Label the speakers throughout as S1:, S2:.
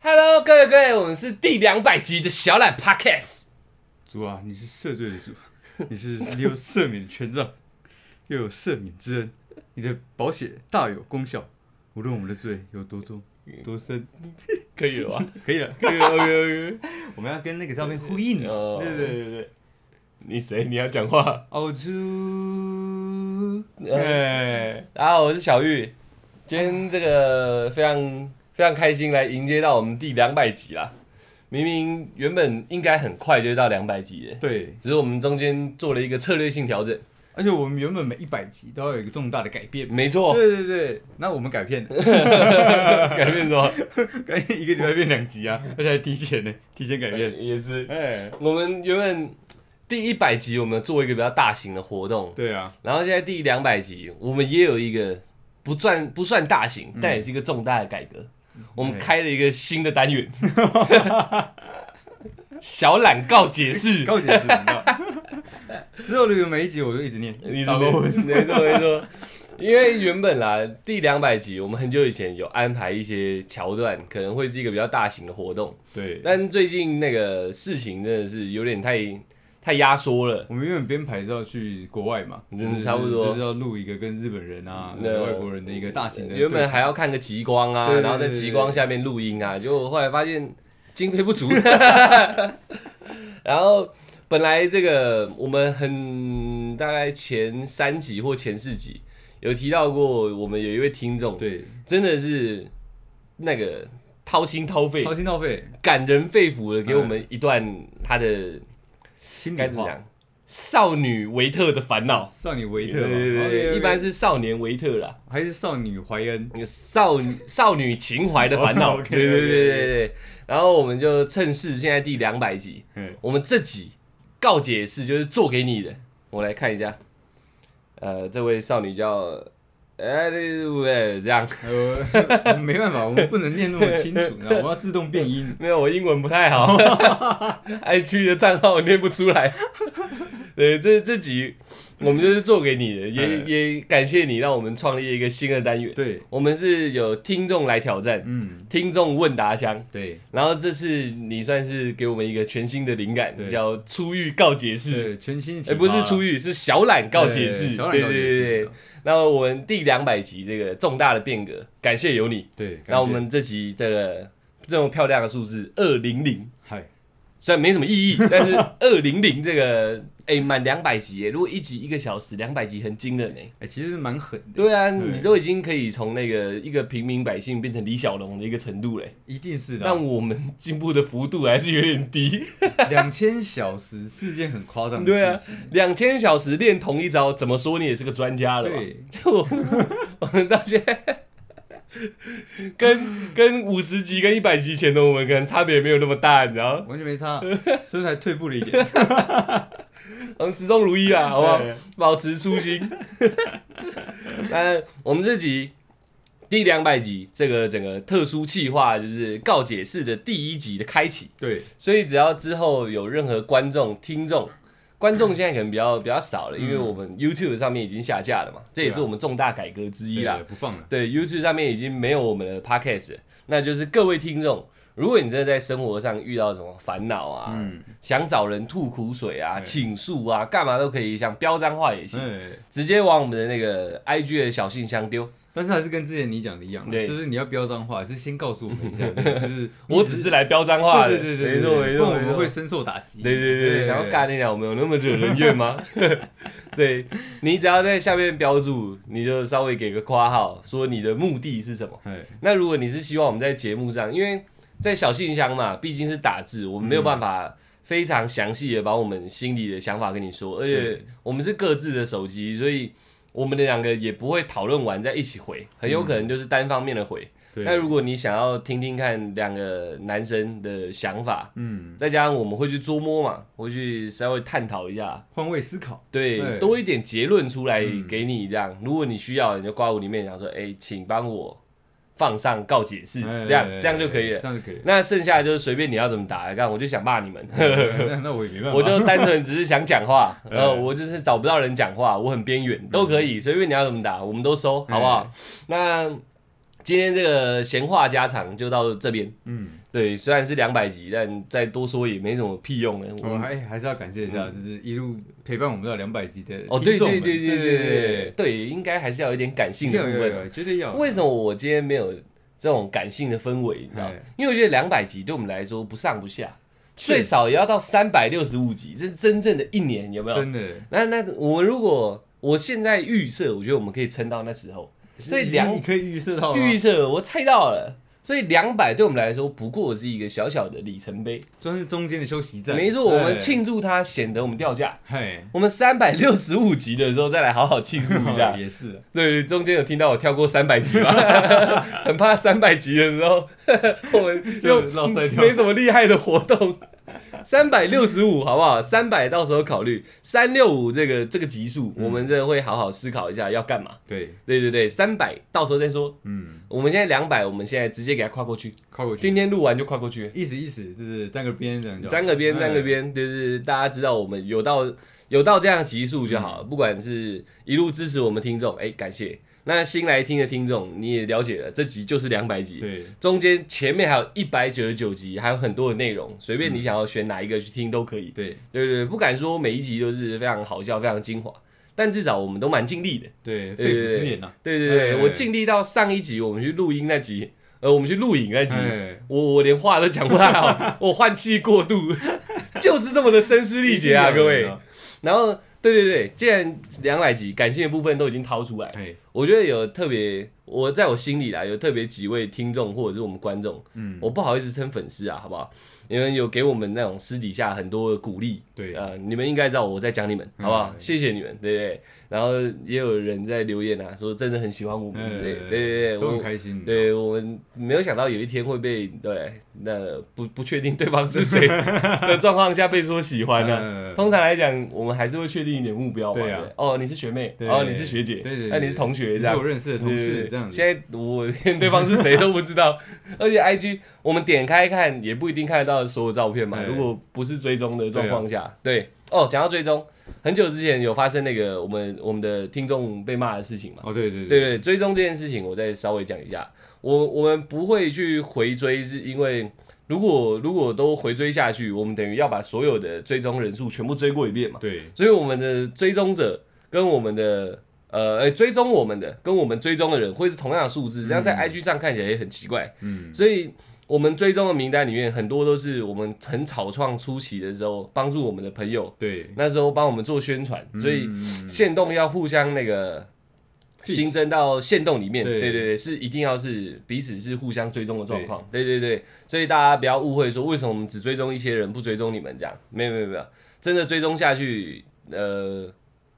S1: 各位各位，我们是第两百集的小懒 Podcast。
S2: 主啊，你是赦罪的主，你是你有赦免的权杖，又有赦免之恩，你的宝血大有功效。无论我们的罪有多重多深，
S1: 可以 了吧？
S2: 可以了，
S1: 可以了，OK OK。
S2: 我们要跟那个照片呼应
S1: 哦
S2: 了。对对对对，
S1: 你谁？你要讲话？
S2: 哦主，
S1: 呃
S2: 哎，
S1: 大家好，我是小玉。今天这个非常非常开心，来迎接到我们第两百集啦。明明原本应该很快就到两百集的，
S2: 对，
S1: 只是我们中间做了一个策略性调整。
S2: 而且我们原本每一百集都要有一个重大的改变。
S1: 没错，
S2: 对对对，那我们改片了，
S1: 改变什么？
S2: 改一个礼拜变两集啊，而且还提前呢，提前改变。
S1: 也是。
S2: 哎，
S1: 我们原本第一百集我们做一个比较大型的活动，
S2: 对啊，
S1: 然后现在第两百集，我们也有一个不算不算大型，但也是一个重大的改革。我们开了一个新的单元，小懒告解释。
S2: 高解释频 道。之后的每一集我就一直念，
S1: 你
S2: 打
S1: 怎
S2: 过
S1: 么
S2: 问，
S1: 没错没错，因为原本啦，第两百集我们很久以前有安排一些桥段，可能会是一个比较大型的活动，
S2: 对，
S1: 但最近那个事情真的是有点太太压缩了。
S2: 我们原本编排是要去国外嘛，
S1: 嗯
S2: 就是
S1: 差不多
S2: 就是要录一个跟日本人啊、
S1: 那嗯呃
S2: 外国人的一个大型的对
S1: 原
S2: 谈。
S1: 本还要看个极光啊，
S2: 对对对
S1: 然后在极光下面录音啊，结果后来发现经费不 足， 然后本来这个我们很大概前三集或前四集有提到过，我们有一位听众，
S2: 对
S1: 真的是那个掏心掏肺、
S2: 掏心掏肺，
S1: 感人肺腑的给我们一段他的
S2: 心
S1: 该
S2: 里
S1: 怎么
S2: 话，
S1: 讲，少女维特的烦恼。
S2: 少女维特
S1: 对
S2: 嘛，哦
S1: 对对，
S2: OK，OK
S1: 一般是少年维特啦。
S2: 还是少女怀恩，
S1: 那个少女少女情怀的烦恼。
S2: 哦，OK，OK，OK
S1: 对对对对对。然后我们就趁势，现在第两百集，
S2: 嗯，
S1: 我们这集告解是就是做给你的。我来看一下，呃，这位少女叫哎对这样，
S2: 呃， 没办法，我们不能念那么清楚，你知道吗我们要自动 变音。
S1: 没有我英文不太好，IG 的账号我念不出来。对，这这集我们就是做给你的，也
S2: 嗯
S1: 也感谢你让我们创立一个新的单元。
S2: 对，
S1: 我们是有听众来挑战，
S2: 嗯，
S1: 听众问答箱。
S2: 对，
S1: 然后这次你算是给我们一个全新的灵感，
S2: 对
S1: 叫出狱告解释，
S2: 是全新启
S1: 哎，
S2: 发
S1: 不是出
S2: 于
S1: 狱，是小懒告解释，
S2: 啊小
S1: 对
S2: 懒告
S1: 对
S2: 解
S1: 对
S2: 释
S1: 对。，那么我们第两百集这个重大的变革，感谢有你。
S2: 对，
S1: 那我
S2: 感谢
S1: 们这集这个这么漂亮的数字二零零，
S2: 嗨，
S1: 虽然没什么 意义，但是二零零这个哎满两百集耶，如果一集一个小时，两百集很惊人哎。
S2: 哎，其实蛮狠的，
S1: 对啊，你都已经可以从那个一个平民百姓变成李小龙的一个程度嘞，
S2: 一定是的啊。
S1: 但我们进步的幅度还是有点低。
S2: 两千小时是件很夸张的
S1: 对啊啊
S2: 事情。，
S1: 两千小时练同一招，怎么说你也是个专家了吧？
S2: 对，
S1: 就我们我们到现在跟跟五十级跟一百级前的我们可能差别没有那么大，你知道吗？
S2: 完全 没差，所以才退步了一点。
S1: 我们始终如一啊啦，好不好
S2: 对？
S1: 保持初心。 那我们这集第两百集这个整个特殊企划就是告解式的第一集的开启，
S2: 对，
S1: 所以只要之后有任何观众、听众，观众现在可能比较比较少了，因为
S2: 嗯
S1: 我们 YouTube 上面已经下架了嘛，这也是我们重大改革之一啦
S2: 啊对。不放了。
S1: 对 YouTube 上面已经没有我们的 Podcast，了那就是各位听众，如果你真的在生活上遇到什么烦恼啊，
S2: 嗯，
S1: 想找人吐苦水啊、
S2: 对
S1: 倾诉啊，干嘛都可以，想飙脏话也行，
S2: 哎，
S1: 直接往我们的那个 IG 的小信箱丢。
S2: 但是还是跟之前你讲的一样啊，
S1: 对
S2: 就是你要标脏话，是先告诉我们 一下，就是
S1: 我只是来飙脏话的，
S2: 对对对，
S1: 没错没错，
S2: 不然我
S1: 没
S2: 们
S1: 错
S2: 会深受打击。
S1: 对对对对，想要干你俩，我们有那么惹人怨 吗？对你只要在下面标注，你就稍微给个括号，说你的目的是什么。
S2: 哎，
S1: 那如果你是希望我们在节目上，因为在小信箱嘛，毕竟是打字，我们没有办法非常详细的把我们心里的想法跟你说，而且我们是各自的手机，所以我们的两个也不会讨论完再一起回，很有可能就是单方面的回。
S2: 对
S1: 那如果你想要听听看两个男生的想法，
S2: 嗯，
S1: 再加上我们会去捉摸嘛，会去稍微探讨一下，
S2: 换位思考，
S1: 对，
S2: 对嗯
S1: 多一点结论出来给你这样。如果你需要，你就挂我里面讲说，哎、请帮我放上告解释，
S2: 哎
S1: 这样这样就可以了。
S2: 这样就可以 了。
S1: 那剩下就是随便你要怎么打，干我就想骂你 们，
S2: 那那我也没办法，
S1: 我就单纯只是想讲话，
S2: 哎嗯
S1: 呃，我就是找不到
S2: 哎
S1: 人讲话，我很边缘，都可以，随便你要怎么打，我们都收，好不好？那。今天这个闲话家常就到这边。
S2: 嗯，
S1: 对，虽然是两百集，但再多说也没什么屁用了。
S2: 我
S1: 我们
S2: 们还还是要感谢一下，就是一路陪伴我们到两百集的
S1: 嗯哦，
S2: 听
S1: 对
S2: 众
S1: 对
S2: 们
S1: 对对对对，对，应该还是要有一点感性的
S2: 要
S1: 部
S2: 要
S1: 分。啊
S2: 要，绝对要。
S1: 为什么我今天没有这种感性的氛围？你知道吗
S2: 哎，
S1: 因为我觉得两百集对我们来说不上不下，
S2: 确实
S1: 最少也要到三百六十五集，这是真正的一年，有没有？
S2: 真的，
S1: 那那我们如果我现在预设，我觉得我们可以撑到那时候，所以两
S2: 你可以预设到吗
S1: 预测我猜到了，所以两百对我们来说不过是一个小小的里程碑。
S2: 算是中间的休息站。
S1: 没错，我们
S2: 对，
S1: 庆祝它显得我们掉价。
S2: 嘿，
S1: 我们三百六十五集的时候再来好好庆祝 一 下。
S2: 也是，啊
S1: 对对，中间有听到我跳过三百 集吗？很怕三百集的时候， 我们
S2: 就
S1: 又
S2: 绕赛跳
S1: 没什么厉害的活动。三百六十五好不好？三百到时候考虑，三六五这个这个集数，
S2: 嗯
S1: 我们这会好好思考一下要干嘛。
S2: 对，
S1: 对对对，三百到时候再说。
S2: 嗯，
S1: 我们现在两百，我们现在直接给它跨过去。
S2: 靠过去，
S1: 今天录完就跨过去，
S2: 意思意思就是沾个边这样就好，
S1: 沾个边，
S2: 哎
S1: 沾个，边，就是大家知道我们有到有到这样的集数就好了。
S2: 嗯
S1: 不管是一路支持我们听众，哎，感谢。那新来听的听众，你也了解了，这集就是两百集，
S2: 对，
S1: 中间前面还有一百九十九集，还有很多的内容，随便你想要选哪一个去听都可以。
S2: 对，
S1: 对对对，不敢说每一集都是非常好笑、非常精华，但至少我们都蛮尽力的。
S2: 对，肺
S1: 对对
S2: 腑之言呐，
S1: 对对对，
S2: 哎
S1: 我尽力到上一集我们去录音那集，呃，我们去录影那集，
S2: 哎，
S1: 我我连话都讲不太 好，我换气过度，就是这么的声嘶力竭啊，各位。然后，对对对，既然两百集感性的部分都已经掏出来，
S2: 哎，
S1: 我觉得有特别，我在我心里啦，有特别几位听众或者是我们观众，
S2: 嗯，
S1: 我不好意思称粉丝啊，好不好？你们有给我们那种私底下很多的鼓励，
S2: 对
S1: 呃，你们应该知道我在讲你们，好不好？
S2: 嗯
S1: 谢谢你们，对不对？然后也有人在留言啊，说真的很喜欢我们之类的，
S2: 哎
S1: 对对对，
S2: 都
S1: 我
S2: 很开心，，
S1: 嗯对我们没有想到有一天会被对那不不确定对方是 谁的状况下被说喜欢呢、啊
S2: 嗯
S1: 通常来讲，我们还是会确定一点目标嘛。
S2: 对啊
S1: 不哦，你是学妹，
S2: 对
S1: 哦，你是学姐，
S2: 对对对
S1: 那你是同学
S2: 你
S1: 这
S2: 是
S1: 样
S2: 我。认识的同
S1: 对对
S2: 事
S1: 对
S2: 这样子，
S1: 现在我连对方是谁都不知道， 而且 I G 我们点开看也不一定看得到所有照片嘛。
S2: 对啊
S1: 如果不是追踪的状况下，对哦，讲到追踪，很久之前有发生那个我们我们的听众被骂的事情嘛。
S2: 哦，对对
S1: 对，对，追踪这件事情，我再稍微讲一下。我我们不会去回追，是因为如果如果都回追下去，我们等于要把所有的追踪人数全部追过一遍嘛。
S2: 对，
S1: 所以我们的追踪者跟我们的呃呃追踪我们的跟我们追踪的人会是同样的数字，这样在 IG 上看起来也很奇怪。
S2: 嗯，
S1: 所以我们追踪的名单里面很多都是我们很草创初期的时候帮助我们的朋友，
S2: 对，
S1: 那时候帮我们做宣传，所以
S2: 嗯
S1: 限动要互相那个
S2: Fit
S1: 新增到限动里面，
S2: 对
S1: 对对对，是一定要是彼此是互相追踪的状况，对对对，所以大家不要误会说为什么我们只追踪一些人不追踪你们这样，没有没有没有，真的追踪下去，呃，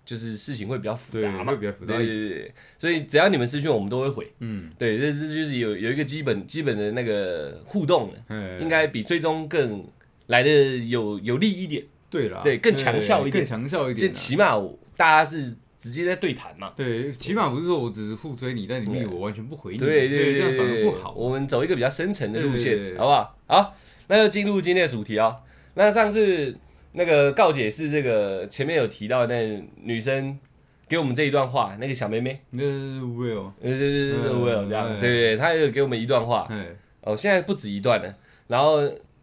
S1: 就是事情会比较复
S2: 对
S1: 杂，嘛
S2: 会，比较复杂
S1: 对
S2: 一
S1: 对
S2: 点，
S1: 对对，所以只要你们私讯，我们都会回，
S2: 嗯，
S1: 对，这这就是有有一个基本基本的那个互动了，
S2: 哎
S1: 应该比追踪更来的有有利一点，
S2: 对啦，
S1: 对更强效一点
S2: 更强效一
S1: 这
S2: 点啊。
S1: 起码我大家是直接在对谈嘛。
S2: 对，起码不是说我只是互追你，但你密
S1: 对
S2: 我完全不回你，
S1: 对对
S2: 对，这样反而不好。
S1: 我们走一个比较深层的路
S2: 对对
S1: 线
S2: 对，
S1: 好不好？好，那就进入今天的主题啊、那上次那个告解是这个前面有提到那女生给我们这一段话，那个小妹妹，
S2: 那是 Will，
S1: 呃，对对对对，
S2: 嗯
S1: 我有这样，
S2: 嗯
S1: 对对对，她有给我们一段话，
S2: 哎，
S1: 哦，现在不止一段了。然后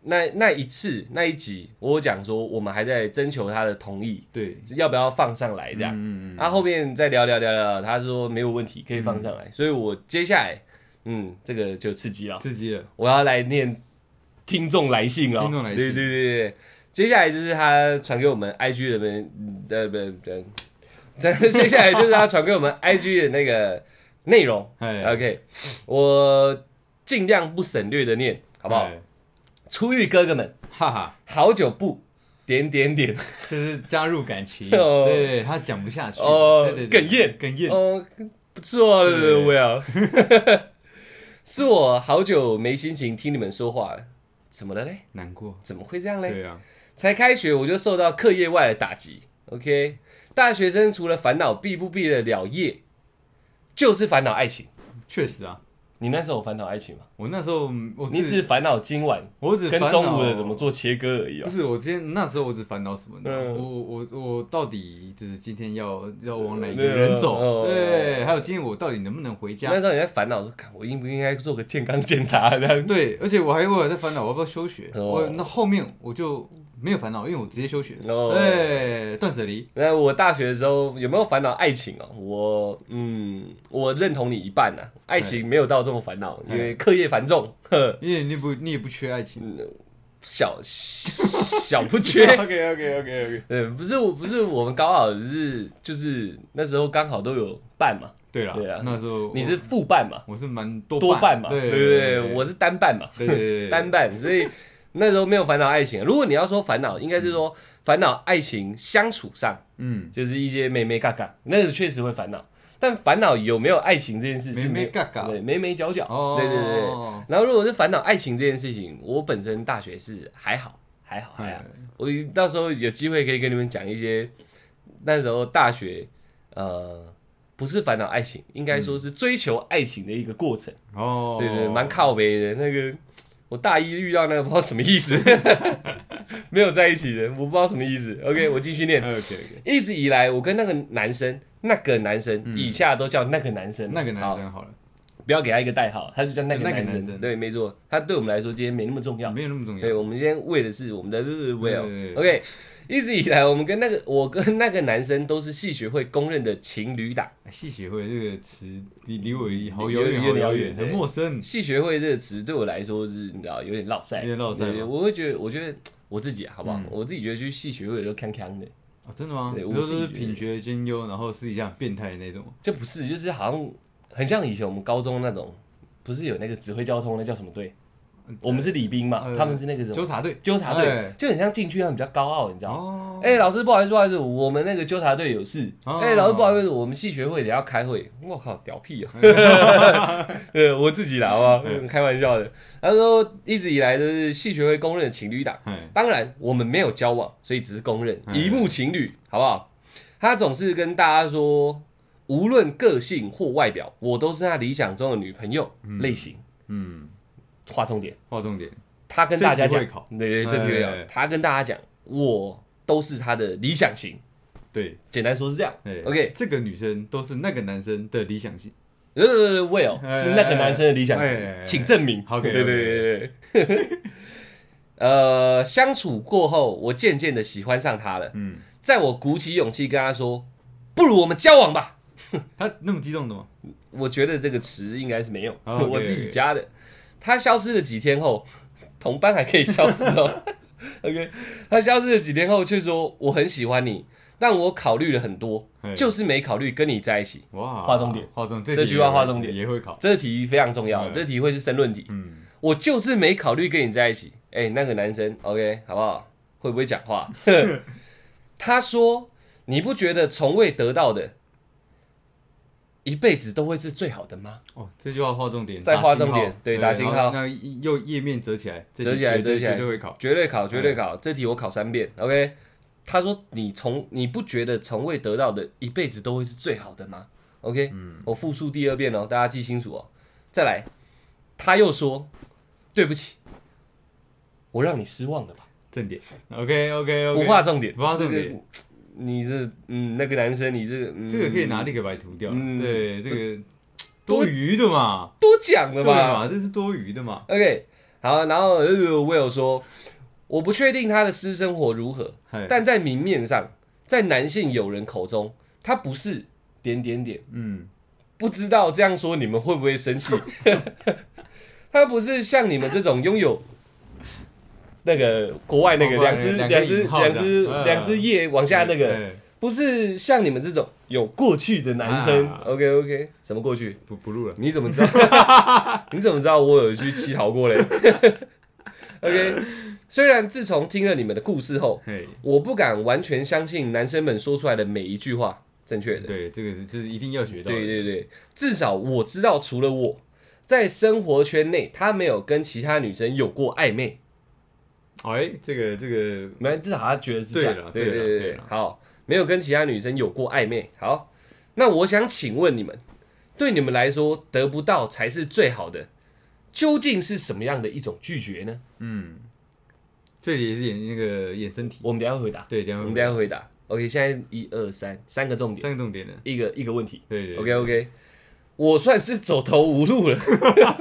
S1: 那那一次那一集，我有讲说我们还在征求她的同意，
S2: 对，
S1: 要不要放上来这样。
S2: 嗯嗯
S1: 啊，后面再聊聊聊聊，他说没有问题，可以放上来，所以我接下来，嗯，这个就刺激了
S2: 嗯，，自己的，
S1: 我要来念听众来信了，
S2: 听众来信
S1: 对对对对，接下来就是他传给我们 IG 的们，嗯呃不不，不接下来就是他传给我们 IG 的那个内容
S2: 哎，
S1: ，OK，我尽量不省略的念，好不好？
S2: 哎？
S1: 初遇哥哥们，
S2: 哈哈，
S1: 好久不点点点，
S2: 这是加入感情，
S1: 哦
S2: 对他讲不下去，
S1: 哦
S2: 对对对
S1: 哽咽
S2: 哽咽，
S1: 哦，不错
S2: 对对
S1: 了
S2: 对
S1: ，Will，是 我好久没心情听你们说话了，怎么了嘞？
S2: 难过，
S1: 怎么会这样嘞？
S2: 对啊，
S1: 才开学我就受到课业外的打击。OK，大学生除了烦恼毕不毕得了业，就是烦恼爱情。
S2: 确实啊，
S1: 你那时候有烦恼爱情吗？
S2: 我那时候嗯我
S1: 你只烦恼今晚
S2: 我只
S1: 跟
S2: 烦
S1: 中午的
S2: 恼
S1: 怎么做切割而已
S2: 不
S1: 啊。
S2: 是我之前那时候我只烦恼什么呢？
S1: 嗯
S2: 我我我我到底就是今天要要往哪一个
S1: 对
S2: 人走？
S1: 哦
S2: 对，还有今天我到底能不能回家
S1: 那？时候你在烦恼说，看我应不应该做个健康检查这样？
S2: 对，而且我还我还在烦恼我要不要休学。
S1: 哦
S2: 我那后面我就没有烦恼，因为我直接休学。
S1: 哦
S2: 对，断舍离。
S1: 那我大学的时候有没有烦恼爱情哦？我嗯，我认同你一半呐、啊，爱情没有到这么烦恼，因为课业繁重，呵，
S2: 因为你不你也不缺爱情，
S1: 嗯 小小不 缺。
S2: OK OK OK OK。
S1: 对，不是我，不是我们高考只是就是那时候刚好都有半嘛，
S2: 对了，
S1: 对啊
S2: 那时候
S1: 你
S2: 我
S1: 是副半嘛，
S2: 我是蛮多
S1: 多半
S2: 半
S1: 嘛，对
S2: 对
S1: 不对？我是单半嘛，
S2: 对对对 对
S1: 单半，所以那时候没有烦恼爱情。如果你要说烦恼，应该是说烦恼爱情相处上，
S2: 嗯，
S1: 就是一些妹妹嘎嘎，那个确实会烦恼。但烦恼有没有爱情这件事是没
S2: 妹
S1: 有
S2: 妹嘎嘎
S1: 对，眉眉角角，
S2: 哦，
S1: 对对对。然后如果是烦恼爱情这件事情，我本身大学是还好，还好，
S2: 哎
S1: 还好。我到时候有机会可以跟你们讲一些那时候大学，呃，不是烦恼爱情，应该说是追求爱情的一个过程。
S2: 哦，
S1: 对对对，蛮靠北的。那个我大一遇到那个不知道什么意思， 没有在一起的，我不知道什么意思。OK，我继续念。
S2: OK OK，
S1: 一直以来，我跟那个男生，那个男生，以下都叫那个男生，
S2: 那个男
S1: 好，
S2: 生好了，
S1: 不要给他一个代号，他就叫那个
S2: 就那个
S1: 男
S2: 男
S1: 生。
S2: 生
S1: 对，没错，他对我们来说今天没那么重要。
S2: 没有那么重
S1: 对，
S2: 要。
S1: 我们今天为的是我们的日 Will。
S2: 对
S1: OK，一直以来，我们跟那个我跟那个男生都是系学会公认的情侣档。
S2: 系学哎会这个词离离我好
S1: 有
S2: 遥
S1: 有
S2: 远，好
S1: 点
S2: 遥
S1: 遥远
S2: 远，很
S1: 对
S2: 陌生。
S1: 系学会这个词对我来说是，你知道，有点落塞，
S2: 有点落塞
S1: 对
S2: 吗嗯
S1: 我会觉得，我觉得我自己啊好不好？我自己觉得去系学会都康康的，
S2: 哦，真的吗？
S1: 对
S2: 你
S1: 我
S2: 说
S1: 自己
S2: 是
S1: 觉得
S2: 品学兼优，然后私底下很变态的那种吗。
S1: 这不是，就是好像很像以前我们高中那种，不是有那个指挥交通的叫什么队？我们是礼兵嘛，
S2: 呃
S1: 他们是那个什
S2: 纠
S1: 么
S2: 察队，
S1: 嗯纠察队
S2: 哎，
S1: 就很像进去他们比较高傲，你知道吗？
S2: 哦，
S1: 哎、老师，不好意思，不好意思，我们那个纠察队有事。哎、
S2: 哦
S1: 老师，不好意思，我们系学会也要开会。我靠，屌屁 啊！对，我自己啦，好不好？嗯开玩笑的。他说，一直以来都是系学会公认的情侣档，
S2: 哎，
S1: 当然我们没有交往，所以只是公认
S2: 嗯
S1: 一目情侣，好不好？他总是跟大家说，无论个性或外表，我都是他理想中的女朋友类型。
S2: 嗯，
S1: 划重点，
S2: 划重点，
S1: 他跟大家
S2: 这
S1: 讲
S2: 题会考，
S1: 对对，这题会考
S2: 哎哎哎
S1: 他跟大家讲，我都是他的理想型。
S2: 对，
S1: 简单说是这样。
S2: 哎
S1: OK
S2: 这个女生都是那个男生的理想型，
S1: 呃，Will
S2: 哎
S1: 是那个男生的理想
S2: 哎哎
S1: 型
S2: 哎，
S1: 请证明。
S2: OK，OK
S1: 对对对对。 呃，相处过后，我渐渐的喜欢上他了。
S2: 嗯，
S1: 在我鼓起勇气跟他说，不如我们交往吧。
S2: 她那么激动的吗？
S1: 我觉得这个词应该是没有，
S2: 哦，OK，
S1: 我自己
S2: OK
S1: 加的。他消失了几天后，同班还可以消失哦。OK，他消失了几天后却说我很喜欢你，但我考虑了很多，
S2: 哎
S1: 就是没考虑跟你在一起。
S2: 哇，
S1: 划重点，
S2: 划重，这
S1: 这
S2: 题
S1: 句话
S2: 也会
S1: 划重点
S2: 也会考，
S1: 这题非常重要，
S2: 嗯
S1: 这题会是申论题。
S2: 嗯，
S1: 我就是没考虑跟你在一起。哎、那个男生，OK，好不好？会不会讲话？他说：“你不觉得从未得到的，一辈子都会是最好的吗
S2: 哦，这句话划重点，
S1: 再
S2: 打
S1: 划
S2: 星
S1: 重点
S2: 号
S1: 对打星号
S2: 然后那又页面折起来，这题
S1: 折起来
S2: 绝对
S1: 折起来
S2: 绝对会考？”，
S1: 绝对考，绝对考。这题我考三遍，OK。他说：“你从你不觉得从未得到的，一辈子都会是最好的吗？”OK，我复述第二遍哦，大家记清楚哦。再来，他又说：“对不起，我让你失望了吧。”
S2: 正点，OK OK OK，
S1: 不画重点，
S2: 不画重点
S1: 这个。你是嗯，那个男生，你这个、嗯、
S2: 这个可以拿立可白涂掉，
S1: 嗯
S2: 对，这个
S1: 多
S2: 多余的嘛，
S1: 多讲了
S2: 对
S1: 吧
S2: 嘛，这是多余的嘛，
S1: ？OK，好，然后呃 Will 说，我不确定他的私生活如何，
S2: 但
S1: 但在明面上，在男性友人口中，他不是点点点。
S2: 嗯，
S1: 不知道这样说你们会不会生 气？他不是像你们这种拥有那个国外那个
S2: 国外
S1: 两只
S2: 两个
S1: 两只
S2: 引号的
S1: 两只
S2: 嗯
S1: 两只叶往下那个。
S2: 哎
S1: 不是像你们这种有过去的男生。
S2: 啊
S1: OK OK，什么过去？
S2: 不不录了，
S1: 你怎么知道？你怎么知道我有去乞讨过嘞 ？OK，虽然自从听了你们的故事后，
S2: 嘿，
S1: 我不敢完全相信男生们说出来的每一句话正确的。
S2: 对，这个是这是一定要学到
S1: 对
S2: 的，
S1: 对对，至少我知道，除了我在生活圈内，他没有跟其他女生有过暧昧。
S2: 哎，这个这个
S1: 没，至少他觉得是这
S2: 对
S1: 样。
S2: 啦
S1: 对
S2: 对啦
S1: 对
S2: 对啦
S1: 好，没有跟其他女生有过暧昧。好，那我想请问你们，对你们来说得不到才是最好的，究竟是什么样的一种拒绝呢？
S2: 嗯，这也是演那个衍生题，
S1: 我们等一下会回答，
S2: 对，
S1: 我
S2: 等
S1: 们
S2: 一
S1: 等一
S2: 下
S1: 下会回答。OK，现在一二三三个重点，
S2: 三个重点的，
S1: 一个一个问题。
S2: 对对
S1: OK OK，我算是走投无路了，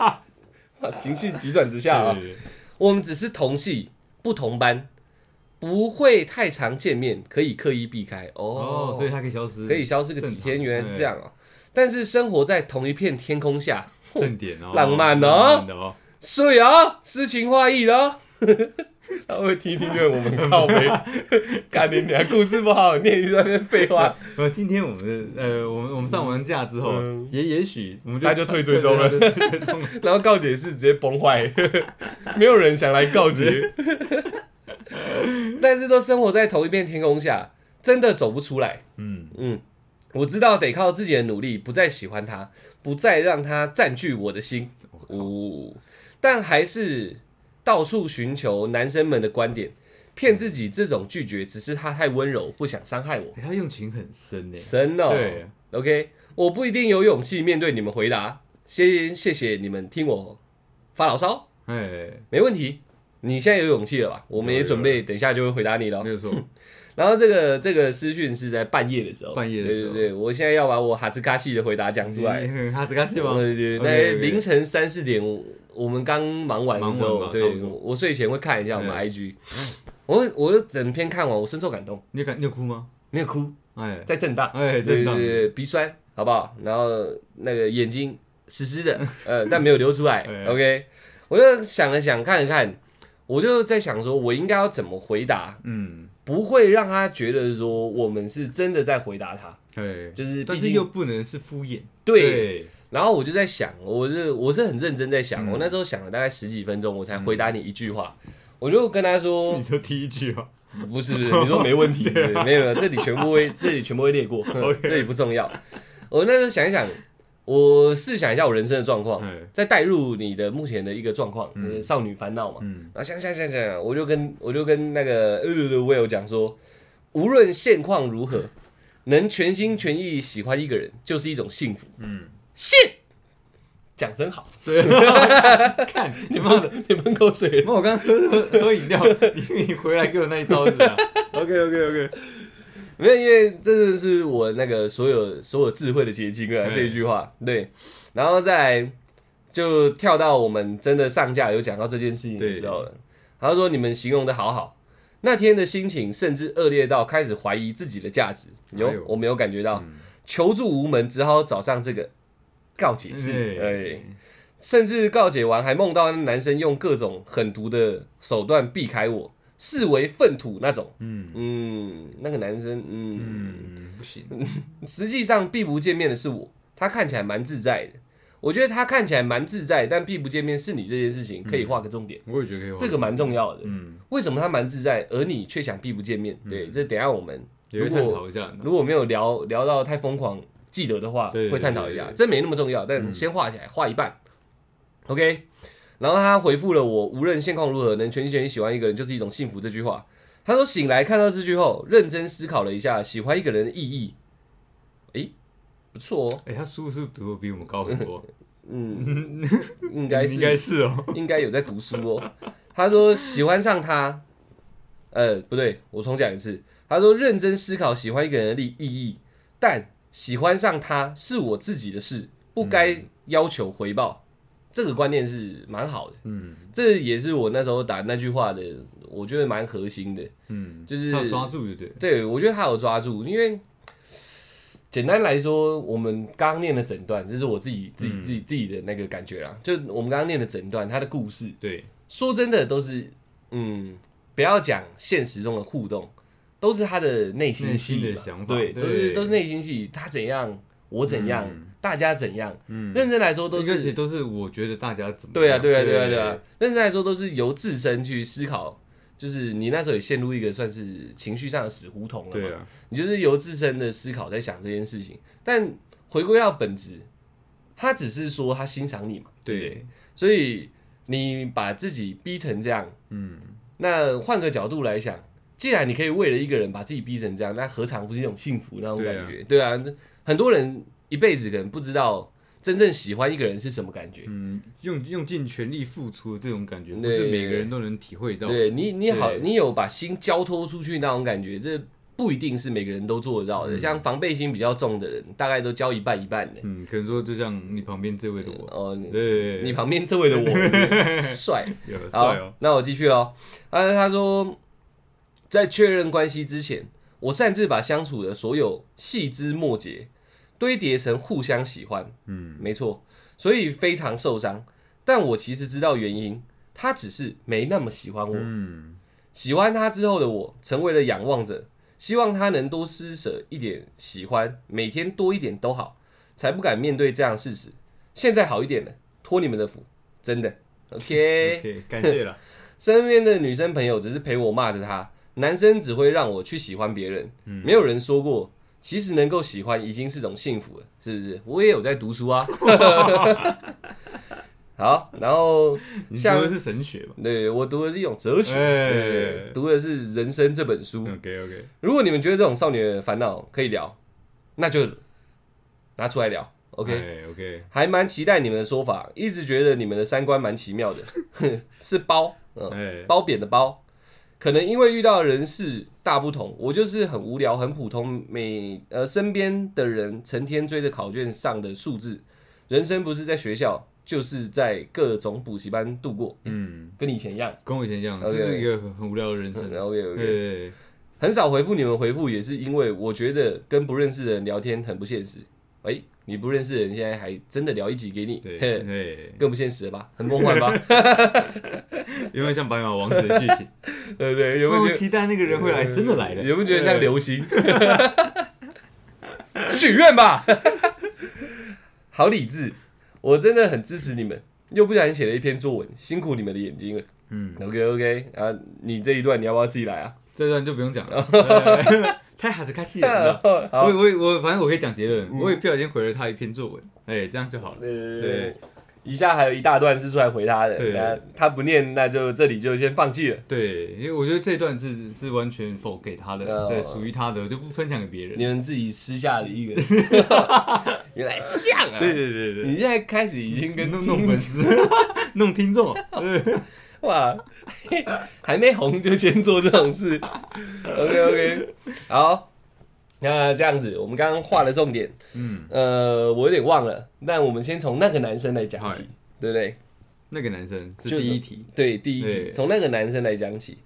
S1: 啊情绪急转直下啊。
S2: 对对对
S1: 我们只是同系，不同班，不会太常见面，可以刻意避开。哦，
S2: 哦，所以它可以消失，
S1: 可以消失个几
S2: 正常哎
S1: 天，原来是这样哦。但是生活在同一片天空下，
S2: 正点哦，
S1: 浪漫哦
S2: 浪漫的哦，
S1: 所以啊，诗情画意的哦。 他会听一听就我们靠 背，看你俩故事不好，念一直在那边废话，
S2: 呃，今天我们的呃，我们我们上完假之后，
S1: 嗯
S2: 也也许我们
S1: 他就退追踪了
S2: 对 对对退追踪了
S1: 然后告解室直接崩坏， 没有人想来告 解。但是都生活在同一片天空下，真的走不出来。
S2: 嗯，
S1: 嗯，我知道得靠自己的努力，不再喜欢他，不再让他占据我的心。呜、但还是到处寻求男生们的观点，骗自己这种拒绝只是他太温柔，不想伤害我。
S2: 欸他用情很深呢。
S1: 神哦，
S2: 对
S1: ，OK，我不一定有勇气面对你们回答。谢谢谢你们听我发牢骚，
S2: 哎，
S1: 没问题。你现在有勇气了吧？我们也
S2: 有有
S1: 准备等一下就会回答你了哦
S2: 没。有错，
S1: 然后这个这个私讯是在半夜的时候，
S2: 半夜的时候
S1: 对对对，我现在要把我哈兹卡西的回答讲出来。
S2: 你哈斯卡西吗？
S1: 对对对，
S2: OK，OK
S1: 那凌晨三四点，我我们刚忙完的时
S2: 忙完
S1: 候，
S2: 吧差
S1: 对
S2: 不多
S1: 我我睡前会看一下我们
S2: 对
S1: IG，我我就整篇看完，我深受感动，
S2: 你有感你有哭吗？
S1: 没有哭，
S2: 哎
S1: 在震荡，
S2: 哎，
S1: 对对
S2: 真的，
S1: 对，对鼻酸好不好？然后那个眼睛湿湿 的，呃，但没有流出来
S2: 哎。
S1: OK，我就想了想，看了看，我就在想说，我应该要怎么回答，
S2: 嗯，
S1: 不会让他觉得说我们是真的在回答他。
S2: 哎，
S1: 就是
S2: 但
S1: 毕
S2: 是
S1: 竟
S2: 又不能是敷衍，
S1: 对，然后我就在想，我是我是很认真在想，
S2: 嗯
S1: 我那时候想了大概十几分钟，我才回答你一句话，我就跟他说
S2: 你说第一句哦，
S1: 不是，不是你说没问题， 对没有没有，这里全部会这里全部会列过
S2: 啊 OK
S1: 这里不重要。我那时候想一想，我试想一下我人生的状况，
S2: 哎，
S1: 再带入你的目前的一个状况，就是少女烦恼嘛，
S2: 嗯，
S1: 然后想想想想，我就跟我就跟那个呃呃呃 Will 讲说，无论现况如何，能全心全意喜欢一个人就是一种幸福。
S2: 嗯，
S1: 信，讲真好，
S2: 对，看你
S1: 你
S2: 妈的，
S1: 喷你喷口水了。
S2: 妈，我刚喝喝喝饮料，你你回来给我那一招子啊，OK OK OK，
S1: 没有，因为这个是我那个所有所有智慧的结晶啊，
S2: 对
S1: 这一句话。对，然后再来就跳到我们真的上架有讲到这件事情的时候了。他说你们形容的好好，那天的心情甚至恶劣到开始怀疑自己的价值。有
S2: 哎呦，
S1: 我没有感觉到，求助无门，只好找上这个告解室。哎，甚至告解完还梦到那男生用各种狠毒的手段避开我，视为粪土那种。
S2: 嗯
S1: 嗯，那个男生，嗯，
S2: 嗯，不行，
S1: 实际上并不见面的是我，他看起来蛮自在的。我觉得他看起来蛮自在，但并不见面是你这件事情可以画个重点，
S2: 我也觉得可以玩，
S1: 这个蛮重要的。
S2: 嗯，
S1: 为什么他蛮自在，而你却想避不见面？对，这等一下我们
S2: 也会探讨一下，
S1: 如果没有聊聊到太疯狂，记得的话
S2: 对对
S1: 会探讨一下
S2: 对，嗯
S1: 这没那么重要，但先画起来，画一半，OK。然后他回复了我，无论现况如何，能全心全意喜欢一个人就是一种幸福这句话。他说醒来看到这句后，认真思考了一下喜欢一个人的意义。诶，不错哦，
S2: 哎，他书是不是读的比我们高很多？
S1: 嗯，应该是
S2: 应该是哦，
S1: 应该有在读书哦。他说喜欢上他，呃，不对，我重讲一次。他说认真思考喜欢一个人的意意义，但喜欢上他是我自己的事，不该
S2: 嗯
S1: 要求回报。这个观念是蛮好的，
S2: 嗯
S1: 这也是我那时候打那句话的，我觉得蛮核心的。
S2: 嗯，
S1: 就是
S2: 他有抓住就对，
S1: 对，我觉得他有抓住，因为简单来说，我们刚刚念的整段，这是我自己自
S2: 嗯
S1: 己自己自己的那个感觉啦。就我们刚刚念的整段，他的故事，
S2: 对，
S1: 说真的，都是嗯，不要讲现实中的互动，都是他的内心戏嘛
S2: 内心的想法
S1: 对，
S2: 对
S1: 都是都是内心戏，他怎样，我怎样，
S2: 嗯
S1: 大家怎样，
S2: 嗯，
S1: 认真来说都
S2: 应该其实
S1: 是
S2: 都是我觉得大家怎么
S1: 对啊，
S2: 样
S1: 对啊，对啊，对啊，，认真来说都是由自身去思考。就是你那时候也陷入一个算是情绪上的死胡同了嘛
S2: 对，啊，
S1: 你就是由自身的思考在想这件事情，但回归到本质，他只是说他欣赏你嘛，对不对？
S2: 对，
S1: 所以你把自己逼成这样，
S2: 嗯，
S1: 那换个角度来想，既然你可以为了一个人把自己逼成啊这样，那何尝不是一种幸福那种感觉？对啊，很多人一辈子可能不知道真正喜欢一个人是什么感觉。
S2: 嗯，用用尽全力付出的这种感觉，
S1: 对
S2: 不是每个人都能体会到。
S1: 对你，你好，
S2: 对
S1: 你有把心交托出去那种感觉，这不一定是每个人都做得到的。像防备心比较重的人，大概都交一半一半的。
S2: 嗯，可能说就像你旁边这位的我，
S1: 哦，你
S2: 对，
S1: 你旁边这位的我帅，
S2: 有了帅
S1: 好，
S2: 哦，
S1: 那我继续喽。啊，他说，在确认关系之前，我擅自把相处的所有细枝末节堆叠成互相喜欢。
S2: 嗯，
S1: 没错，所以非常受伤。但我其实知道原因，他只是没那么喜欢我。
S2: 嗯，
S1: 喜欢他之后的我，成为了仰望者，希望他能多施舍一点喜欢，每天多一点都好，才不敢面对这样的事实。现在好一点了，托你们的福，真的。OK，
S2: OK，感谢了。
S1: 身边的女生朋友只是陪我骂着她，男生只会让我去喜欢别人。
S2: 嗯
S1: 没有人说过，其实能够喜欢已经是种幸福了，是不是？我也有在读书 啊。好，然后
S2: 你读
S1: 像
S2: 的是神学吧
S1: 对我读的是一种哲学，
S2: 哎
S1: 对读的是《人生》这本书。
S2: ？OK OK，
S1: 如果你们觉得这种少女的烦恼可以聊，那就拿出来聊。OK，、
S2: 哎 OK，
S1: 还蛮期待你们的说法，一直觉得你们的三观蛮奇妙的， 是包，嗯，
S2: 哎，
S1: 褒贬的褒。可能因为遇到的人事大不同，我就是很无聊、很普通，每呃身边的人成天追着考卷上的数字，人生不是在学校，就是在各种补习班度过，
S2: 嗯，
S1: 跟你以前一样。
S2: 跟我以前一样，这
S1: OK，
S2: 是一个很很无聊的人生。
S1: 然后也有
S2: 对，
S1: 很少回复你们回复，也是因为我觉得跟不认识的人聊天很不现实。哎、你不认识的人现在还真的聊一集给你，
S2: 对
S1: 嘿
S2: 对，
S1: 更不现实了吧？很梦幻吧？
S2: 有没有像白马王子的剧情？
S1: 对不 对？有没有
S2: 我
S1: 觉得
S2: 期待那个人会来，真的来了。
S1: 有没有觉得像流星？ 许愿吧， 好理智，我真的很支持你们。又不小心写了一篇作文，辛苦你们的眼睛了。
S2: 嗯，
S1: OK OK 啊，你这一段你要不要自己来 啊？
S2: 这段就不用 讲了，哎太恥ずかしい了。我
S1: 好，嗯
S2: 我我，反正我可以讲结论。我也不小心回了他一篇作文，哎，这样就好了。
S1: 呃
S2: 对，
S1: 以下还有一大段是出来回他的，
S2: 对
S1: 那他不念，那就这里就先放弃了。
S2: 对，因为我觉得这段是是完全否给他的，
S1: 哦
S2: 对，属于他的，我就不分享给别人
S1: 你。们自己私下的 一个， 原来是这样啊！
S2: 对对对对，
S1: 你现在开始已经跟
S2: 弄
S1: 听
S2: 弄 粉丝，弄听众啊，
S1: 哇，还没红就先做这种事。OK OK，好，那这样子，我们刚刚画了重点，
S2: 嗯，
S1: 呃，我有点忘了，那我们先从那个男生来讲起
S2: 嗨，
S1: 对不对？
S2: 那个男生
S1: 就是
S2: 第一题，
S1: 对，第一题
S2: 对
S1: 从那个男生来讲起。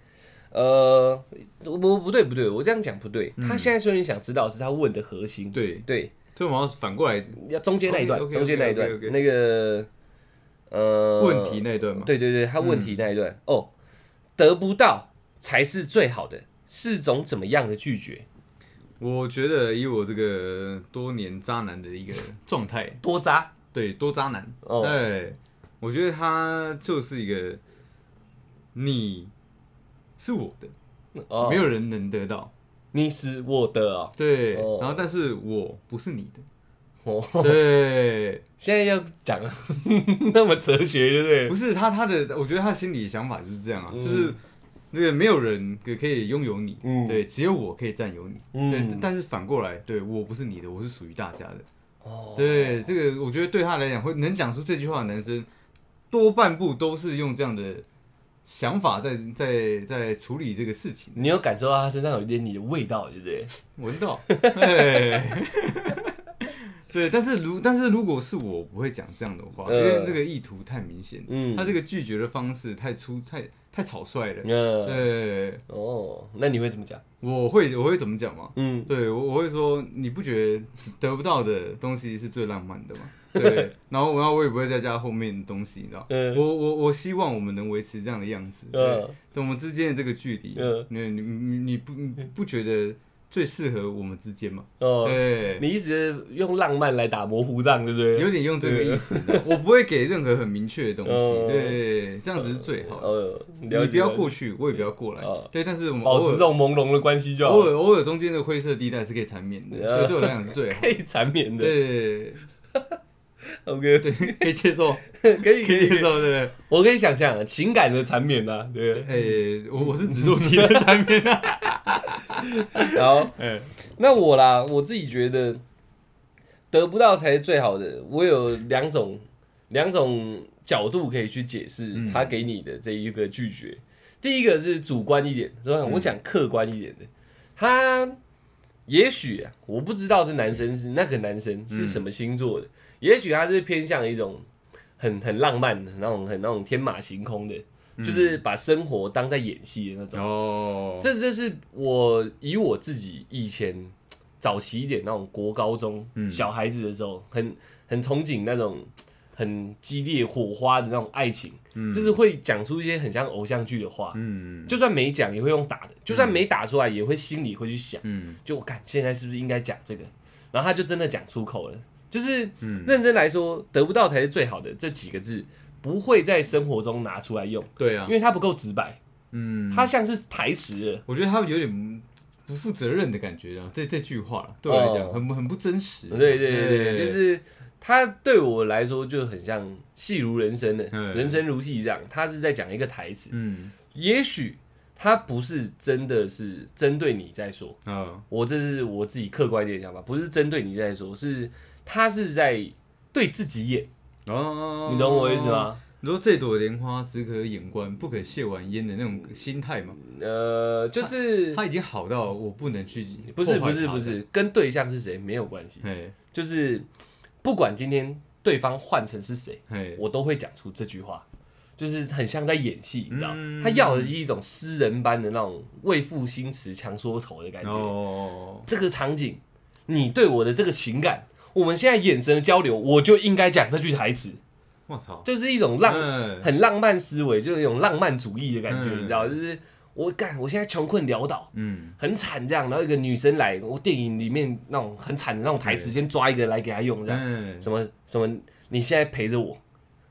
S1: 呃，不不对不对，我这样讲不对。他现在虽然想知道是他问的核心，
S2: 嗯对，
S1: 对，
S2: 所以我们要反过来
S1: 要中间那一段，
S2: OK，OK，OK，
S1: 中间那一段
S2: OK，OK
S1: 那个呃
S2: 问题那一段嘛，嗯
S1: 对对对，他问题那一段、哦，得不到才是最好的，是种怎么样的拒绝？
S2: 我觉得以我这个多年渣男的一个状态，
S1: 多渣
S2: 对，多渣男，
S1: 哦
S2: 对，我觉得他就是一个你是我的，
S1: 哦，
S2: 没有人能得到，
S1: 你是我的哦，
S2: 对，
S1: 哦
S2: 然后但是我不是你的，
S1: 哦
S2: 对，
S1: 现在要讲啊 那么哲学，对不对？
S2: 不是他他的，我觉得他心里的想法就是这样啊，
S1: 嗯
S2: 就是那个没有人可可以拥有你，
S1: 嗯
S2: 对，只有我可以占有你，对
S1: 嗯，
S2: 但是反过来，对我不是你的，我是属于大家的，
S1: 哦，
S2: 对，这个我觉得对他来讲，会能讲出这句话的男生，多半部都是用这样的想法在在在处理这个事情。
S1: 你有感受到他身上有一点你的味道，对不对？
S2: 闻到， 哎对，但是如但是如果是我，我不会讲这样的话，因
S1: 呃
S2: 为这个意图太明显，
S1: 嗯
S2: 他这个拒绝的方式太粗太太草率了。
S1: 嗯，
S2: 对，
S1: 哦，那你会怎么讲？
S2: 我会我会怎么讲吗？
S1: 嗯，
S2: 对我我会说，你不觉得得不到的东西是最浪漫的吗？对， 然后然后我也不会再加后面的东西，你知道。
S1: 嗯
S2: 我我我希望我们能维持这样的样子，对，
S1: 嗯
S2: 我们之间的这个距离
S1: 嗯，
S2: 你你你你不你不觉得最适合我们之间吗？
S1: 哦，
S2: 对，
S1: 你一直用浪漫来打模糊仗，对不对？
S2: 有点用这个意思，我不会给任何很明确的东西，
S1: 嗯
S2: 对，这样子是最好的。
S1: 呃，
S2: 你
S1: 了解
S2: 不要
S1: 了
S2: 过去，我也不要过来
S1: 嗯，
S2: 对，但是我们
S1: 保持
S2: 偶
S1: 这
S2: 尔
S1: 种朦胧的关系就
S2: 偶
S1: 好，
S2: 尔偶尔中间的灰色地带是可以缠绵的，
S1: 嗯
S2: 对，对我来讲是最好的。
S1: 可以缠绵的。
S2: 对
S1: OK，
S2: 对，可以接受，
S1: 可以
S2: 可
S1: 可
S2: 以
S1: 以，可
S2: 接
S1: 以
S2: 受，对不
S1: 我可以想象啊情感的缠绵呐，对 不
S2: 对？哎，我我是指肉体的上面啊。
S1: 对。然后
S2: 哎，
S1: 那我啦，我自己觉得得不到才是最好的。我有两种两种角度可以去解释他给你的这一个拒绝。第一个是主观一点，所以我讲客观一点的，他也许、啊、我不知道这男生是那个男生是什么星座的，也许他是偏向一种很很浪漫的那种很那种天马行空的，就是把生活当在演戏的那种。
S2: 哦，
S1: 这这是我以我自己以前早期一点那种国高中、
S2: 嗯
S1: 小孩子的时候，很很憧憬那种很激烈火花的那种爱情，就是会讲出一些很像偶像剧的话，
S2: 嗯
S1: 就算没讲也会用打的，就算没打出来也会心里会去想，
S2: 嗯
S1: 就我看现在是不是应该讲这个，然后他就真的讲出口了。就是
S2: 嗯
S1: 认真来说，得不到才是最好的这几个字，不会在生活中拿出来用，
S2: 对啊
S1: 因，为它不够直白，
S2: 嗯，
S1: 它像是台词了。
S2: 我觉得他们有点不负责任的感觉啊，这这句话对我来讲
S1: 哦
S2: 很不很不真实。
S1: 对对对，对就是他对我来说就很像戏如人生的，
S2: 嗯
S1: 人生如戏一样，他是在讲一个台词。
S2: 嗯
S1: 也许他不是真的是针对你在说，
S2: 啊
S1: 我这是我自己客观一点的想法，不是针对你在说，是他是在对自己演，
S2: 哦，
S1: 你懂我意思？吗？
S2: 你说这朵莲花只可掩关，不可亵玩焉的那种心态嘛？
S1: 呃，就是
S2: 他已经好到我不能去
S1: 不是
S2: 破坏
S1: 不是
S2: 它
S1: 不，是，跟对象是谁没有关系，
S2: 嘿
S1: 就是不管今天对方换成是谁。
S2: 嘿，
S1: 我都会讲出这句话，就是很像在演戏，你知道？
S2: 嗯
S1: 他要的是一种诗人般的那种为赋新词强说愁的感觉。
S2: 哦，
S1: 这个场景，你对我的这个情感，我们现在眼神的交流，我就应该讲这句台词，
S2: 我操，
S1: 就是一种浪、
S2: 嗯
S1: 很浪漫思维，就是一种浪漫主义的感觉，
S2: 嗯
S1: 你知道？就是我干，我现在穷困潦倒。
S2: 嗯
S1: 很惨这样，然后一个女生来，我电影里面那种很惨的那种台词，先抓一个来给她用，这样，
S2: 嗯，
S1: 什么什么，你现在陪着我，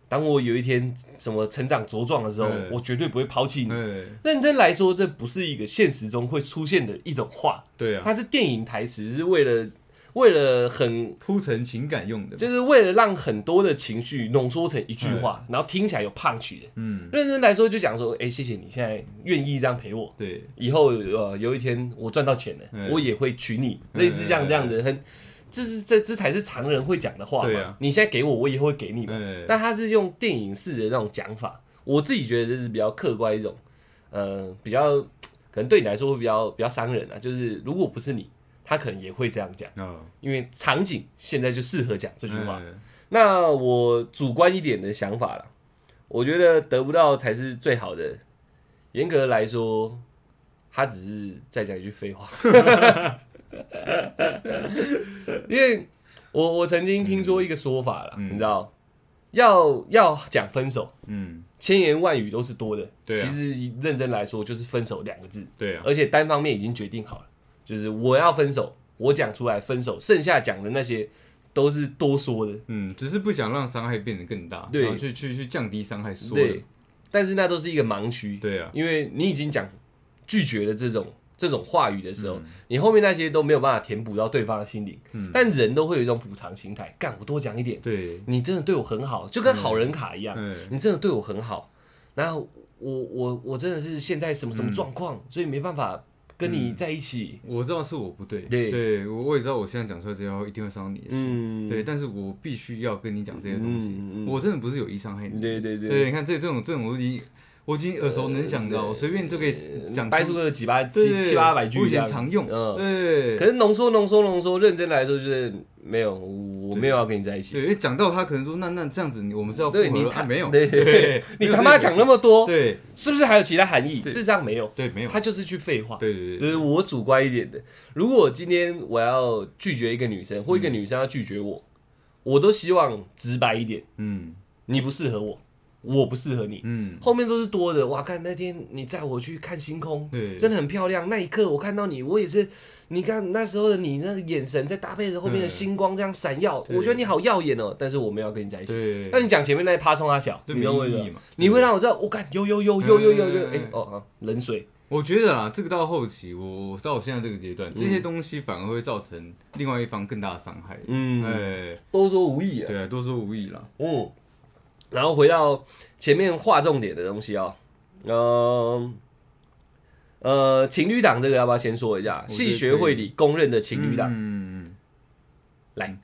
S1: 当我有一天什么成长茁壮的时候，
S2: 对
S1: 我绝对不会抛弃你。
S2: 对
S1: 认真来说，这不是一个现实中会出现的一种话，
S2: 对啊，
S1: 它是电影台词，是为了为了很，
S2: 铺陈情感用的嘛，
S1: 就是为了让很多的情绪浓缩成一句话，然后听起来有 punch 的。
S2: 嗯，
S1: 认真来说，就讲说，哎、谢谢你现在愿意这样陪我，
S2: 对，
S1: 以后呃有一天我赚到钱了，
S2: 嗯
S1: 我也会娶你，类似像这样的很，这是这这才是常人会讲的话嘛。
S2: 对啊
S1: 你现在给我，我以后会给你嘛。
S2: 嗯，
S1: 但他是用电影式的那种讲法，我自己觉得这是比较客观一种，呃，比较可能对你来说会比较比较伤人啊。就是如果不是你，他可能也会这样讲，
S2: 哦，
S1: 因为场景现在就适合讲这句话。
S2: 嗯
S1: 那我主观一点的想法啦，我觉得得不到才是最好的。严格来说，他只是在讲一句废话。 因为我我曾经听说一个说法啦，
S2: 嗯
S1: 你知道，要要讲分手，
S2: 嗯，
S1: 千言万语都是多的。
S2: 对啊
S1: 其实认真来说，就是分手两个字，
S2: 对啊，
S1: 而且单方面已经决定好了，就是我要分手，我讲出来分手，剩下讲的那些都是多说的。
S2: 嗯，只是不想让伤害变得更大，
S1: 对
S2: 然后去去去降低伤害说
S1: 对
S2: 的，，
S1: 但是那都是一个盲区，
S2: 对啊，
S1: 因为你已经讲拒绝了这种这种话语的时候，
S2: 嗯
S1: 你后面那些都没有办法填补到对方的心灵。但人都会有一种补偿心态，干我多讲一点，
S2: 对，
S1: 你真的对我很好，就跟好人卡一样，
S2: 嗯，
S1: 你真的对我很好，然后我我我真的是现在什么什么状
S2: 嗯
S1: 况，所以没办法跟你在一起。
S2: 我知道是我不对，
S1: 对
S2: 对我我也知道我现在讲出来这些话一定会伤到你的心，
S1: 嗯，
S2: 对，但是我必须要跟你讲这些东西，
S1: 嗯嗯嗯
S2: 我真的不是有意伤害你，
S1: 对对
S2: 对，你看这这种这种我已经我已经耳熟能详的，我随便就可以讲
S1: 掰
S2: 出
S1: 出个几八
S2: 对
S1: 七七八百
S2: 我
S1: 句
S2: 以
S1: 这样
S2: 前，常用，
S1: 嗯
S2: 对
S1: 可，是浓缩、浓缩、浓缩，认真来说就是没有，我我没有要跟你在一
S2: 对，
S1: 起。
S2: 因为讲到他可能说，那那这样子，你我们是要复合
S1: 对你他
S2: 啊没有，
S1: 对
S2: 对，
S1: 你他妈讲那么多，
S2: 对
S1: 是不是还有其他含义？
S2: 对
S1: 事实上没有，
S2: 对没有，
S1: 他就是去废话。
S2: 对对
S1: 就
S2: 对，
S1: 是我主观一点的，如果今天我要拒绝一个女生，或
S2: 嗯
S1: 一个女生要拒绝我，我都希望直白一点，
S2: 嗯
S1: 你不适合我，我不适合你。
S2: 嗯，
S1: 后面都是多的，哇！看那天你载我去看星空，
S2: 对，
S1: 真的很漂亮。那一刻我看到你，我也是，你看那时候的你那个眼神，再搭配着后面的
S2: 嗯
S1: 星光这样闪耀，
S2: 对
S1: 我觉得你好耀眼哦。但是我没有要跟你在一起。
S2: 对，
S1: 那你讲前面那一趴冲他小，
S2: 这
S1: 你懂我
S2: 没
S1: 意思
S2: 意义
S1: 吗？
S2: 嘛？
S1: 你会让我知道，我看有有有有有有有，
S2: 嗯
S1: 哎哦啊，冷水，
S2: 我觉得啦，这个到后期，我我到我现在这个阶段，这些东西反而会造成另外一方更大的伤害。
S1: 嗯，
S2: 哎，
S1: 多说无益啊，
S2: 对啊，多说无益啦。
S1: 嗯。然后回到前面划重点的东西哦，嗯。呃，情侣档这个要不要先说一下？
S2: 我觉
S1: 戏
S2: 得
S1: 学会里公认的情侣档，
S2: 嗯，
S1: 来，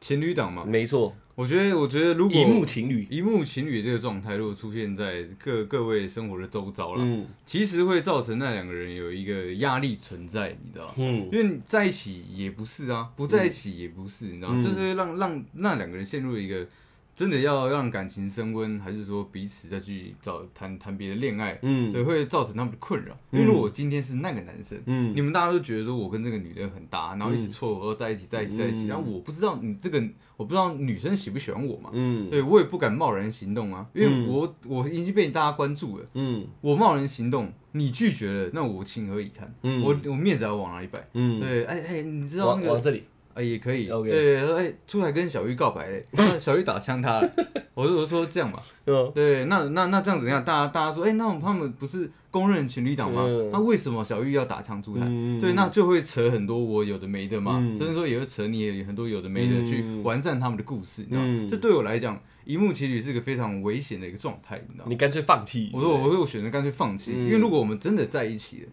S2: 情侣档嘛，
S1: 没错，
S2: 我觉得，我觉得如果
S1: 一幕情侣，
S2: 一幕情侣这个状态，如果出现在各各位生活的周遭啦，
S1: 嗯
S2: 其实会造成那两个人有一个压力存在，你知道吗？
S1: 嗯，
S2: 因为你在一起也不是啊，不在一起也不是，你知道吗？
S1: 嗯
S2: 这是会让让那两个人陷入一个真的要让感情升温，还是说彼此再去找谈谈别的恋爱，
S1: 嗯
S2: 对，会造成他们的困扰。因为如果我今天是那个男生，
S1: 嗯
S2: 你们大家都觉得说我跟这个女的很搭，然后一直撮合在一起，在一起，在一起，
S1: 嗯
S2: 然后我不知道你这个，我不知道女生喜不喜欢我嘛，
S1: 嗯
S2: 对我也不敢贸然行动啊，因为
S1: 嗯
S2: 我我已经被大家关注了，
S1: 嗯
S2: 我贸然行动，你拒绝了，那我情何以堪？
S1: 嗯
S2: 我我面子要往哪里摆？
S1: 嗯，
S2: 对，哎哎，你知道
S1: 往
S2: 那
S1: 往
S2: 个
S1: 这里，
S2: 啊也可以，对
S1: OK
S2: 对，对哎，出来跟小玉告白嘞， 那小玉打枪他了，我就我说这样吧，
S1: 嗯
S2: 对，那那那这样怎样？大家大家说，哎、那我们他们不是公认情侣档吗？
S1: 嗯
S2: 那为什么小玉要打枪出台？
S1: 嗯
S2: 对，那就会扯很多我有的没的嘛，
S1: 嗯
S2: 甚至说也会扯你也有很多有的没的、
S1: 嗯
S2: 去完善他们的故事，你知道吗？
S1: 嗯
S2: 这对我来讲，一幕情侣是个非常危险的一个状态，你知道吗？
S1: 你干脆放弃，
S2: 我说我会我选择干脆放弃，
S1: 嗯
S2: 因为如果我们真的在一起了。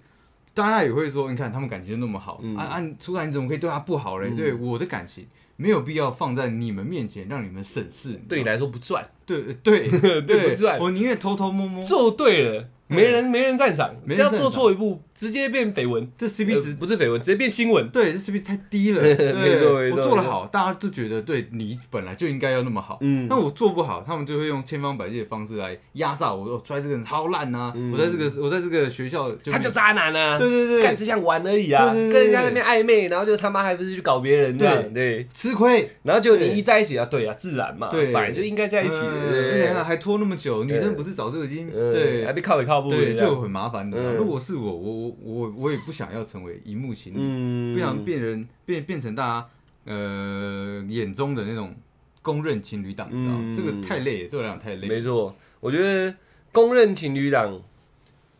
S2: 大家也会说，你看他们感情就那么好，
S1: 嗯
S2: 啊啊，你出来你怎么可以对他不好嘞？
S1: 嗯
S2: 对我的感情没有必要放在你们面前，让你们审视。你知道吗
S1: 对你来说不赚，
S2: 对 对对
S1: 对不赚
S2: 我宁愿偷偷摸摸。
S1: 做对了，没人没人赞赏，
S2: 嗯没人
S1: 只要
S2: 赞
S1: 做
S2: 赏
S1: 错一步，直接变绯闻，
S2: 这 CP 值、
S1: 呃不是绯闻，直接变新闻，
S2: 对，这 CP 值太低了。对
S1: 没错没错
S2: 我做的好，大家就觉得对你本来就应该要那么好。
S1: 嗯
S2: 那我做不好，他们就会用千方百计的方式来压榨我。我出来这个人超烂呐、
S1: 嗯
S2: 我在这个我在这个学校就
S1: 他就渣男啊，
S2: 对对对
S1: 干只想玩而已啊，
S2: 对
S1: 跟
S2: 对对
S1: 人家那边暧昧，然后就他妈还不是去搞别人这样，
S2: 对
S1: 对，
S2: 吃亏。
S1: 然后就你
S2: 对
S1: 一在一起啊，对啊，自然嘛，
S2: 对
S1: 本来就应该在一起的，
S2: 嗯
S1: 对
S2: 而且
S1: 对
S2: 还还拖那么久，女生不是早就已经、
S1: 对嗯
S2: 对
S1: 还被靠也靠不
S2: 对
S1: 这样
S2: 就很麻烦的、
S1: 嗯
S2: 如果是我，我我我我也不想要成为一幕情侣。
S1: 嗯
S2: 不想变人变变成大家呃眼中的那种公认情侣档，你知道吗
S1: 嗯
S2: 这个太累了，对我来讲太累了。
S1: 没错，我觉得公认情侣档，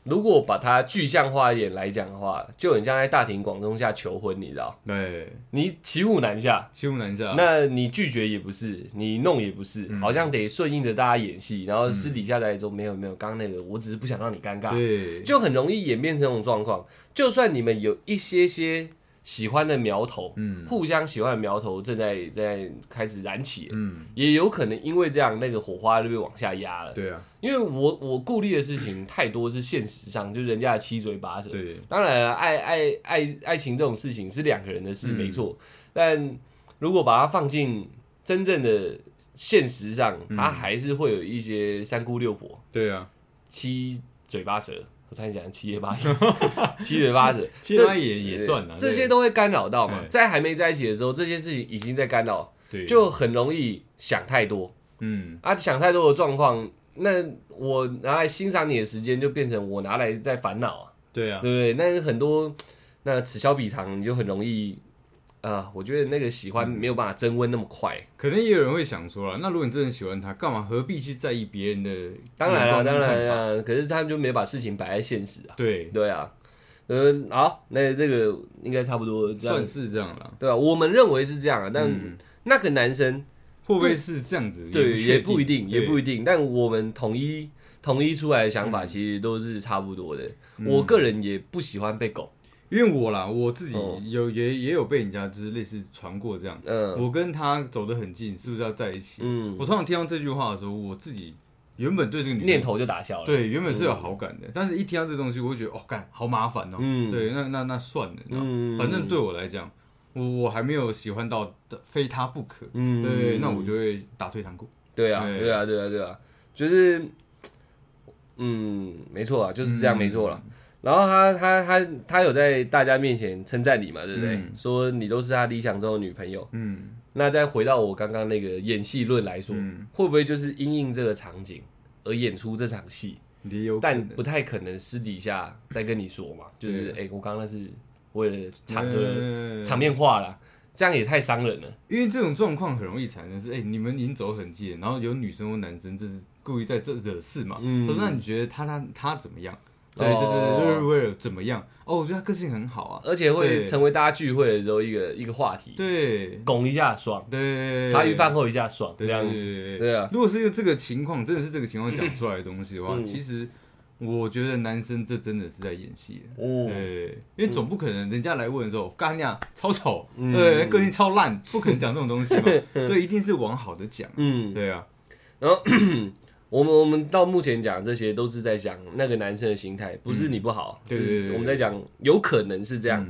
S1: 如果把它具象化一点来讲的话，就很像在大庭广众下求婚，你知道，
S2: 对，
S1: 你骑虎难下，
S2: 欺负男啊下，
S1: 那你拒绝也不是，你弄也不是，
S2: 嗯
S1: 好像得顺应着大家演戏，然后私底下来说、没有没有，刚刚那个我只是不想让你尴尬，
S2: 对，
S1: 就很容易演变成这种状况。就算你们有一些些喜欢的苗头，
S2: 嗯
S1: 互相喜欢的苗头正在在开始燃起，
S2: 嗯，
S1: 也有可能因为这样那个火花就被往下压了。
S2: 对啊，
S1: 因为我我顾虑的事情太多是现实上，就是人家的七嘴八舌，
S2: 对，
S1: 当然了，爱爱爱爱情这种事情是两个人的事，
S2: 嗯
S1: 没错。但如果把它放进真正的现实上，
S2: 嗯
S1: 它还是会有一些三姑六婆、
S2: 对啊，
S1: 七嘴八舌。我差点讲七爷八 爷，七嘴八舌，
S2: 其实他也也算
S1: 这
S2: 啊，
S1: 这
S2: 对
S1: 些都会干扰到嘛
S2: 哎。
S1: 在还没在一起的时候，这些事情已经在干扰，
S2: 对，
S1: 就很容易想太多
S2: 嗯
S1: 啊。想太多的状况，那我拿来欣赏你的时间，就变成我拿来在烦恼啊。
S2: 对啊，
S1: 对不对？那很多那此消彼长，你就很容易，呃，我觉得那个喜欢没有办法增温那么快。
S2: 可能也有人会想说了，那如果你真的喜欢他，干嘛何必去在意别人的？
S1: 当然
S2: 嗯
S1: 了，当然，了，可是他们就没把事情摆在现实啊。
S2: 对，
S1: 对啊，呃，好，那这个应该差不多这样
S2: 算，是这样了。
S1: 对啊，我们认为是这样啊，但
S2: 嗯
S1: 那个男生
S2: 会不会是这样子？
S1: 对也不一
S2: 确
S1: 定，也
S2: 对
S1: 不一定，但我们统一统一出来的想法
S2: 嗯
S1: 其实都是差不多的。我个人也不喜欢被狗，
S2: 因为我啦，我自己
S1: 哦
S2: 有、也也有被人家就是类似传过这样，
S1: 嗯
S2: 我跟他走得很近，是不是要在一起？
S1: 嗯，
S2: 我通常听到这句话的时候，我自己原本对这个女生
S1: 念头就打消了。，
S2: 对原本是有好感的，但是一听到这东西，我会觉得哦，干好麻烦哦。
S1: 嗯，
S2: 对，那那那算了，你知道吗
S1: 嗯
S2: 啊反正对我来讲，我我还没有喜欢到非他不可。
S1: 嗯，
S2: 对，那我就会打退堂鼓。
S1: 对啊，
S2: 对
S1: 对啊，对啊，对啊，就是，嗯，没错啊，就是这样，
S2: 嗯
S1: 没错了。然后他他他他有在大家面前称赞你嘛，对不对？
S2: 嗯
S1: 说你都是他理想中的女朋友。
S2: 嗯，
S1: 那再回到我刚刚那个演戏论来说，
S2: 嗯
S1: 会不会就是因应这个场景而演出这场戏？
S2: 也有可
S1: 但
S2: 能
S1: 不太可能私底下再跟你说嘛，就是哎、诶我刚刚那是为了场的
S2: 呃
S1: 场面话啦，这样也太伤人了。
S2: 因为这种状况很容易产生是，哎、你们已经走很近了，然后有女生或男生就是故意在这惹事嘛。
S1: 嗯
S2: 我说那你觉得他他他怎么样？对，
S1: 哦
S2: 就是威尔怎么样？哦，我觉得他个性很好啊。
S1: 而且会
S2: 对
S1: 成为大家聚会的时候一个一个话题，
S2: 对
S1: 拱一下爽，
S2: 对，
S1: 茶余饭后一下爽，这
S2: 对
S1: 样
S2: 对对对。
S1: 对啊，嗯
S2: 如果是这个情况，真的是这个情况讲出来的东西的话，其实我觉得男生这真的是在演戏的。
S1: 哦，
S2: 对，因为总不可能人家来问的
S1: 嗯
S2: 时候，干你娘超丑，对，个性超烂，不可能讲这种 东西嘛。对，一定是往好的讲。
S1: 嗯，
S2: 对啊，
S1: 我们我们到目前讲这些都是在讲那个男生的心态，不是你不好，
S2: 嗯对
S1: 是
S2: 对对对
S1: 我们在讲有可能是这
S2: 这
S1: 样。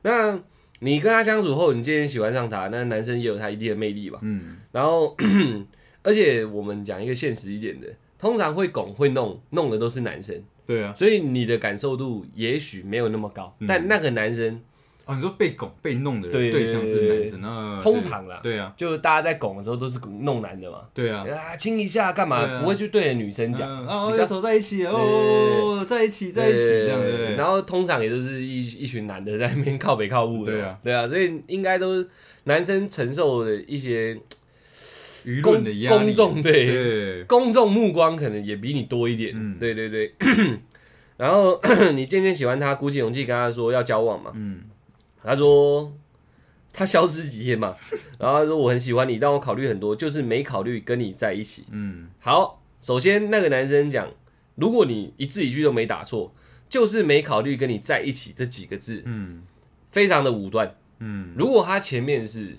S1: 那你跟他相处后，你渐渐喜欢上他，那男生也有他一定的魅力吧。
S2: 嗯，
S1: 然后， 而且我们讲一个现实一点的，通常会拱会弄弄的都是男生，
S2: 对啊。
S1: 所以你的感受度也许没有那么高，
S2: 嗯
S1: 但那个男生
S2: 哦，你说被拱被弄的
S1: 对
S2: 人
S1: 对
S2: 对象是男生，那
S1: 通常啦，
S2: 对啊，
S1: 就是大家在拱的时候都是拱弄男的嘛，
S2: 对啊。
S1: 啊亲一下干
S2: 对
S1: 嘛，
S2: 啊
S1: 不会去对着女生讲。
S2: 嗯哦，
S1: 比较
S2: 要走在一起
S1: 对
S2: 哦，在一起，在一起，这样对不对？
S1: 然后通常也都是一一群男的在那边靠北靠物的嘛，
S2: 对啊
S1: 对啊，所以应该都是男生承受的一些
S2: 舆
S1: 公
S2: 论的压力，
S1: 公众对
S2: 对，
S1: 公众目光可能也比你多一点，
S2: 嗯
S1: 对对对。 然后 你渐渐喜欢他，鼓起勇气跟他说要交往嘛，
S2: 嗯，
S1: 他说他消失几天嘛， 然后他说我很喜欢你，但我考虑很多，就是没考虑跟你在一起。
S2: 嗯，
S1: 好，首先那个男生讲，如果你一字一句都没打错，就是没考虑跟你在一起这几个字，
S2: 嗯，
S1: 非常的武断。
S2: 嗯，
S1: 如果他前面是，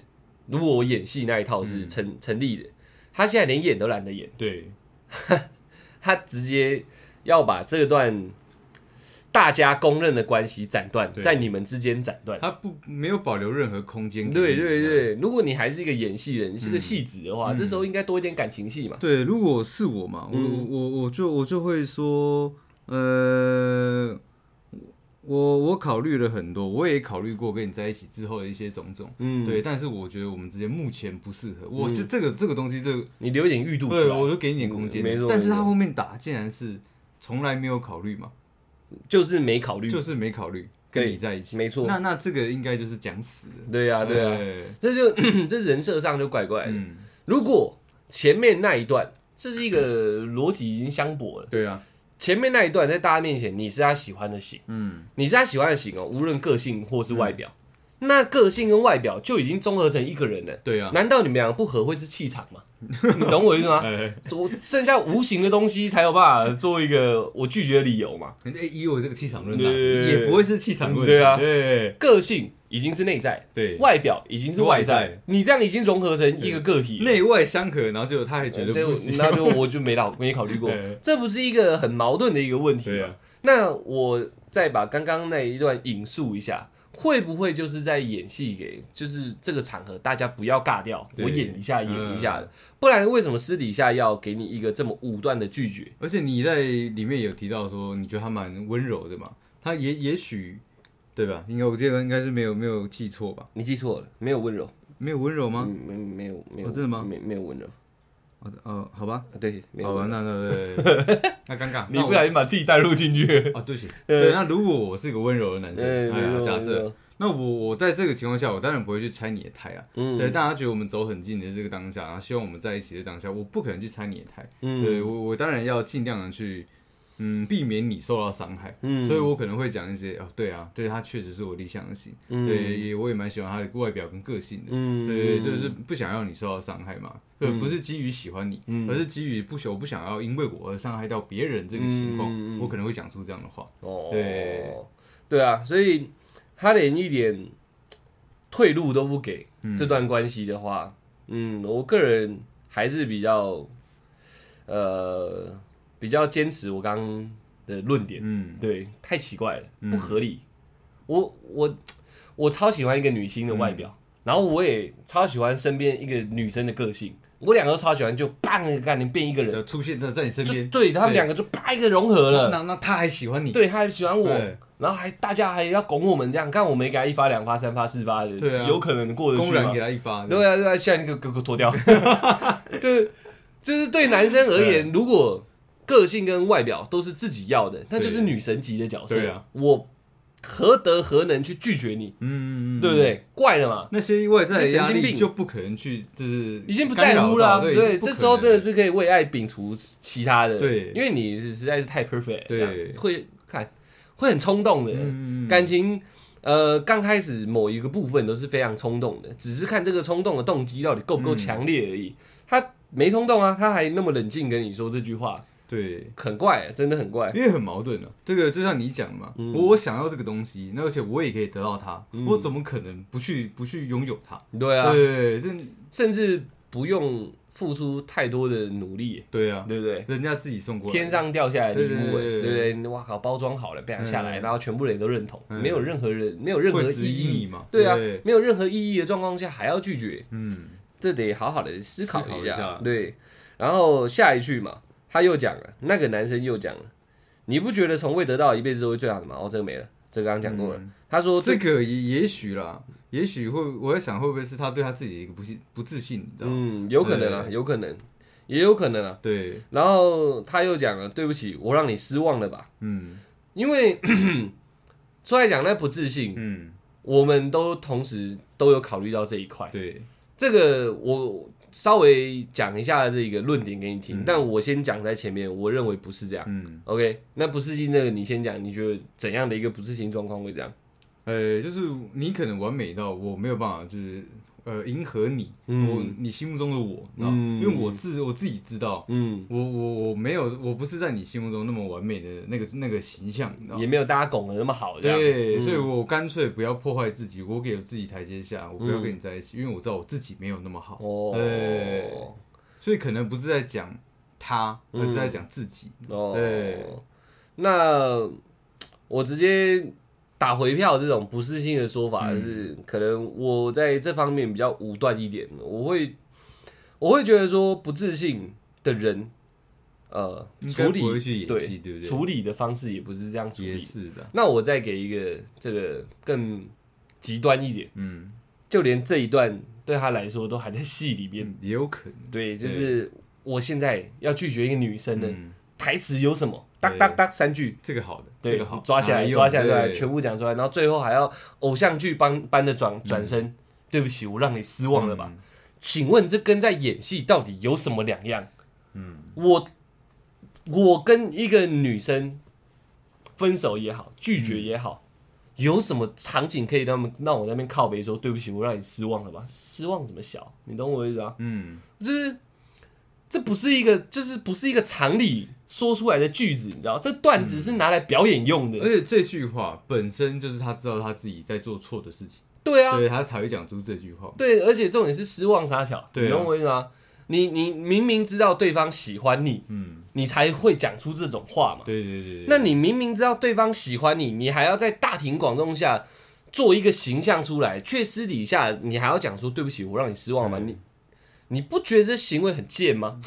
S1: 如果我演戏那一套是成、成立的，他现在连演都懒得演，
S2: 对，
S1: 他直接要把这段大家公认的关系斩断，
S2: 对
S1: 在你们之间斩断。
S2: 他不没有保留任何空间给你。
S1: 对对
S2: 嗯
S1: 对，如果你还是一个演戏人，你是个戏子的话，这时候应该多一点感情戏嘛。
S2: 对，如果是我嘛，我、
S1: 嗯
S2: 我我就我就会说，呃，我我考虑了很多，我也考虑过跟你在一起之后的一些种种，
S1: 嗯，
S2: 对，，但是我觉得我们之间目前不适合，我
S1: 嗯
S2: 这这个这个东西，这个
S1: 你留一点欲度出
S2: 对我
S1: 来，
S2: 就给你点空间
S1: 嗯没错，
S2: 但是
S1: 没
S2: 他
S1: 错
S2: 后面打竟然是从来没有考虑嘛，
S1: 就是没考虑，
S2: 就是没考虑跟
S1: 对
S2: 你在一起，
S1: 没错
S2: 那那这个应该就是讲死的，
S1: 对呀、对呀、
S2: 啊对
S1: 这就 这人设上就怪怪的。
S2: 嗯，
S1: 如果前面那一段，这是一个逻辑已经相悖了。
S2: 对啊，
S1: 前面那一段在大家面前，你是他喜欢的型，
S2: 嗯，
S1: 你是他喜欢的型哦，无论个性或是外表，那个性跟外表就已经综合成一个人了。
S2: 对啊，
S1: 难道你们两个不合会是气场 吗？你懂我意思吗？
S2: 哎
S1: 我剩下无形的东西才有办法做一个我拒绝的理由嘛。
S2: 哎以我这个气场论
S1: 对
S2: 大师，也不会是气场论，
S1: 对啊
S2: 对
S1: 个性已经是内在，
S2: 对，
S1: 外表已经是外在，
S2: 外在
S1: 你这样已经融合成一个个体了。
S2: 内外相合，然后结果他还觉得
S1: 对
S2: 不行，
S1: 那就我就没考没考虑过
S2: 对，
S1: 这不是一个很矛盾的一个问题
S2: 对
S1: 吗
S2: 啊？，
S1: 那我再把刚刚那一段引述一下，会不会就是在演戏给，就是这个场合大家不要尬掉，
S2: 对
S1: 我演一下演
S2: 嗯
S1: 一下的，不然为什么私底下要给你一个这么武断的拒绝？
S2: 而且你在里面有提到说，你觉得他蛮温柔的嘛？他也也许对吧？应该我记得应该是没有没有记错吧？
S1: 你记错了，没有温柔，
S2: 没有温柔
S1: 嗯
S2: 吗？
S1: 没没有没有
S2: 啊哦真的吗
S1: 没没有温柔，
S2: 哦哦，好吧，
S1: 对，没有
S2: 好吧，
S1: 温柔。
S2: 那那对，那尴尬，
S1: 你
S2: 那我
S1: 不小心把自己带入进 去，
S2: 哦，对不起，对，那如果我是一个温柔的男生，
S1: 对，
S2: 哎
S1: 没
S2: 呀
S1: 错，
S2: 假设
S1: 没错，
S2: 那我我在这个情况下，我当然不会去拆你的台啊。对，
S1: 嗯
S2: 大家觉得我们走很近的这个当下，然后希望我们在一起的当下，我不可能去拆你的台。对
S1: 嗯
S2: 我，我当然要尽量的去，嗯，避免你受到伤害。
S1: 嗯
S2: 所以我可能会讲一些哦，对啊，对他确实是我理想型，
S1: 嗯
S2: 对，也我也蛮喜欢他的外表跟个性的，
S1: 嗯
S2: 对，就是不想要你受到伤害嘛，对，不是基于喜欢你，
S1: 嗯
S2: 而是基于不想我不想要因为我而伤害到别人这个情况，
S1: 嗯嗯嗯
S2: 我可能会讲出这样的话，
S1: 哦，
S2: 对，
S1: 对啊，所以他连一点退路都不给、
S2: 嗯
S1: 这段关系的话，嗯，我个人还是比较呃比较坚持我刚刚的论点，
S2: 嗯
S1: 对，太奇怪了，
S2: 嗯
S1: 不合理。我我我超喜欢一个女星的外表，
S2: 嗯
S1: 然后我也超喜欢身边一个女生的个性，我两个都超喜欢，就砰一个概念变一个人，
S2: 要出现在在你身
S1: 就
S2: 边，
S1: 对他们
S2: 对
S1: 两个就啪一个融合了。
S2: 那那他还喜欢 你，
S1: 对，他还喜欢我
S2: 对，
S1: 然后还大家还要拱我们这样，看我没给他一发、两发、三发、四发的，
S2: 对啊
S1: 有可能过得去
S2: 公
S1: 吗
S2: 然给？他一发，
S1: 对啊，对啊，现在给我给我脱 掉。对，就是对男生而言，如果个性跟外表都是自己要的，那就是女神级的角色。
S2: 对啊，
S1: 我何德何能去拒绝你，
S2: 嗯，嗯
S1: 对不？
S2: 嗯嗯
S1: 对？怪了嘛，
S2: 那些外在的压
S1: 那神经
S2: 力
S1: 病
S2: 就不可能去，就是
S1: 已经不
S2: 干
S1: 在
S2: 扰
S1: 乎
S2: 到
S1: 了啊。
S2: 对，
S1: 对，
S2: 不
S1: 这
S2: 可
S1: 时候
S2: 能
S1: 真的是可以为爱摒除其他的。
S2: 对
S1: 因为你实在是太 perfect，了
S2: 对
S1: 会看会很冲动的。
S2: 嗯嗯嗯
S1: 感情，呃，刚开始某一个部分都是非常冲动的，只是看这个冲动的嗯动机到底够不够强烈而已。他没冲动啊，他还那么冷静跟你说这句话，
S2: 对，
S1: 很怪，啊真的很怪。
S2: 因为很矛盾啊。这个就像你讲的嘛，
S1: 嗯
S2: 我我想要这个东西，那而且我也可以得到它，我怎么可能不去不去拥有它？
S1: 对啊，
S2: 对，这
S1: 甚至不用付出太多的努力，
S2: 对啊，
S1: 对不对？
S2: 人家自己送过来，
S1: 天上掉下来的礼物，欸
S2: 对对对
S1: 对不对？哇靠，包装好了，不想下来，
S2: 嗯
S1: 然后全部人都认同，
S2: 嗯
S1: 没有任何人，没有任何
S2: 会质疑
S1: 意
S2: 你
S1: 义
S2: 嘛
S1: 对啊
S2: 对，
S1: 没有任何意义的状况下还要拒绝，
S2: 嗯，
S1: 这得好好的思考
S2: 思考
S1: 一
S2: 一
S1: 下
S2: 下。
S1: 对，然后下一句嘛，他又讲了，那个男生又讲了，你不觉得从未得到一辈子都是最好的吗？哦，这个没了，这个刚刚讲
S2: 嗯
S1: 过了。他说
S2: 这个也也许啦，也许会，我在想会不会是他对他自己的一个不信不自信，你知道吗？
S1: 嗯，有可能啊，有可能，也有可能啊。
S2: 对，
S1: 然后他又讲了，对不起，我让你失望了吧？
S2: 嗯
S1: 因为 出来讲那不自信，
S2: 嗯，
S1: 我们都同时都有考虑到这一块。
S2: 对，
S1: 这个我稍微讲一下这个论点给你听，但我先讲在前面，我认为不是这样。
S2: 嗯，
S1: OK，那不自信这个你先讲，你觉得怎样的一个不自信状况会这样？
S2: 呃，就是你可能完美到我没有办法，就是呃迎合你，
S1: 嗯
S2: 我你心目中的我，你知道吗
S1: 嗯
S2: 因为我自我自己知道，
S1: 嗯，
S2: 我我我没有，我不是在你心目中那么完美的那个那个形象，你知道吗
S1: 也没有大家拱的那么好，这样
S2: 对，
S1: 嗯
S2: 所以我干脆不要破坏自己，我给自己台阶下，我不要
S1: 嗯
S2: 跟你在一起，因为我知道我自己没有那么好。对
S1: 哦
S2: 所以可能不是在讲他，
S1: 嗯
S2: 而是在讲自己。对
S1: 哦，那我直接打回票这种不自信的说
S2: 嗯
S1: 法是，可能我在这方面比较武断一点，我会我会觉得说不自信的人，呃，
S2: 应该
S1: 处
S2: 不会
S1: 理
S2: 去演戏，对不对？
S1: 处理的方式也不是这样处
S2: 也
S1: 理。
S2: 是的，
S1: 那我再给一个这个更极端一点，
S2: 嗯，
S1: 就连这一段对他来说都还在戏里面。
S2: 也有可能。
S1: 对，就
S2: 嗯对
S1: 是我现在要拒绝一个女生呢，
S2: 嗯，
S1: 台词有什么？哒
S2: 对
S1: 哒哒三句，
S2: 这个好的，这
S1: 对
S2: 个好，，
S1: 抓起
S2: 拿
S1: 来，
S2: 用
S1: 抓下来，
S2: 对
S1: 全部讲出来，然后最后还要偶像剧般般的转
S2: 嗯
S1: 转身，对不起，我让你失望了吧？请问这跟在演戏到底有什么两样？嗯，我我跟一个女生分手也好，拒绝也好，有什么场景可以让他们让我在那边靠背说对不起，我让你失望了吧？失望怎么小？你懂我意思啊？
S2: 嗯，
S1: 就是这不是一个，就是不是一个常理说出来的句子，你知道？这段子是拿来表演用的。
S2: 而且这句话本身就是他知道他自己在做错的事情，
S1: 对啊，
S2: 对他才会讲出这句话。
S1: 对，而且重点是失望傻小，
S2: 对啊
S1: 你懂我意思吗？你你明明知道对方喜欢你，
S2: 嗯，
S1: 你才会讲出这种话嘛。
S2: 对对对对。
S1: 那你明明知道对方喜欢你，你还要在大庭广众下做一个形象出来，却私底下你还要讲说对不起，我让你失望了嘛？你你不觉得这行为很贱 吗？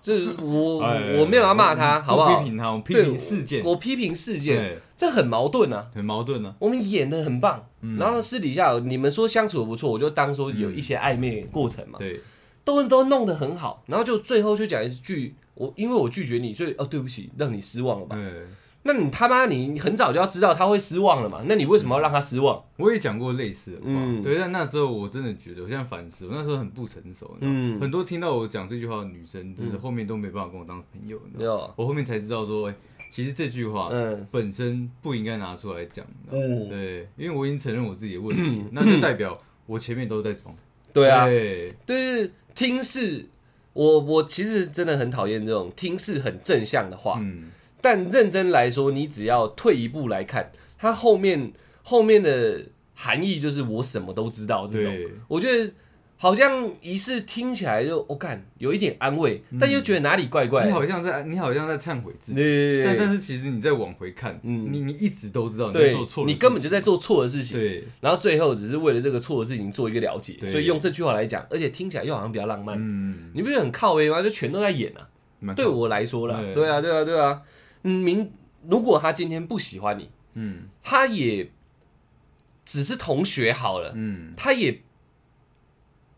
S1: 这我
S2: 哎
S1: 我没有要骂他，好不
S2: 批
S1: 好？
S2: 评他，我批
S1: 对
S2: 评事件，
S1: 我批评事件，
S2: 对，
S1: 这很矛盾啊。
S2: 很矛盾呢。
S1: 我们演的很棒，然后私底下你们说相处的不错，我就当说有一些暧昧过程嘛，
S2: 对，
S1: 都都弄得很好，然后就最后就讲一句，我因为我拒绝你，所以哦对不起，让你失望了吧？
S2: 嗯，
S1: 那你他妈你很早就要知道他会失望了嘛，那你为什么要让他失望？
S2: 我也讲过类似的话，
S1: 嗯
S2: 对，但那时候我真的觉得，我现在反思，我那时候很不成熟，你知道吗
S1: 嗯，
S2: 很多听到我讲这句话的女生，就是后面都没办法跟我当朋友，你知道吗
S1: 有，
S2: 我后面才知道说，哎、其实这句话
S1: 哦嗯
S2: 本身不应该拿出来讲，你知道吗
S1: 嗯，
S2: 对，因为我已经承认我自己的 问题，那就代表我前面都在装，
S1: 对啊，
S2: 对，
S1: 就是听是，我我其实真的很讨厌这种听是很正向的话，
S2: 嗯，
S1: 但认真来说，你只要退一步来看，它后面后面的含义就是我什么都知道这种。
S2: 对，
S1: 我觉得好像仪式听起来就我感、有一点安慰，但又觉得哪里怪怪
S2: 你
S1: 的。
S2: 嗯好像在，你好像在忏悔自己，
S1: 对
S2: 但但是其实你再往回看，
S1: 嗯
S2: 你你一直都知道你在
S1: 对
S2: 做错，
S1: 你根本就在做错的事情，
S2: 对，
S1: 然后最后只是为了这个错的事情做一个了解，
S2: 对
S1: 所以用这句话来讲，而且听起来又好像比较浪漫。
S2: 嗯，
S1: 你不觉得很靠背吗？就全都在演啊。
S2: 蛮
S1: 对我来说啦，
S2: 对
S1: 对啊，对啊，对啊。嗯，明如果他今天不喜欢你，
S2: 嗯
S1: 他也只是同学好了，
S2: 嗯，
S1: 他也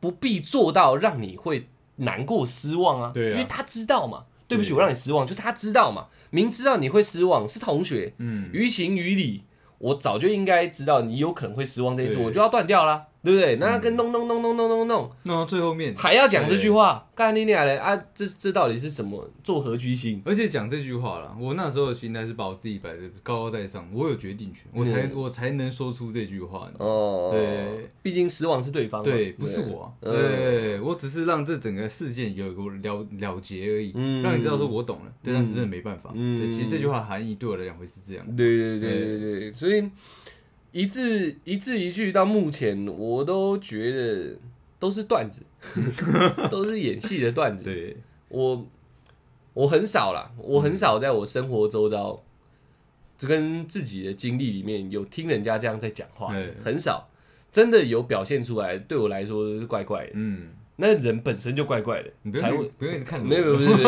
S1: 不必做到让你会难过、失望啊。
S2: 对啊
S1: 因为他知道嘛。对不起，
S2: 对
S1: 我让你失望，就是他知道嘛，明知道你会失望，是同学，
S2: 嗯，
S1: 于情于理，我早就应该知道你有可能会失望这件事，
S2: 对嗯
S1: 我就要断掉啦。对不对？那跟弄弄弄弄弄弄弄，
S2: 弄到最后面，
S1: 还要讲这句话，干你俩嘞啊！这这到底是什么？做何居心？
S2: 而且讲这句话了，我那时候的心态是把我自己摆的高高在上，我有决定权，我
S1: 嗯
S2: 才、我才能说出这句话。
S1: 哦，
S2: 对，
S1: 毕竟死亡是对方嘛，
S2: 对，不是我啊，
S1: 嗯
S2: 对，我只是让这整个事件有个了了结而已，
S1: 嗯
S2: 让你知道说我懂了，对，但是真的没办法。
S1: 嗯
S2: 对，其实这句话的含义对我来讲会是这样。
S1: 对对对对对，所以一字一字一句到目前，我都觉得都是段子， 都是演戏的段子。
S2: 对，
S1: 我我很少啦，我很少在我生活周遭，这跟自己的经历里面有听人家这样在讲话
S2: 对，
S1: 很少，真的有表现出来，对我来说是怪怪的。
S2: 嗯，
S1: 那人本身就怪怪
S2: 你
S1: 的，
S2: 不
S1: 才
S2: 用
S1: 会
S2: 不用一直看着我，
S1: 没有没有不是不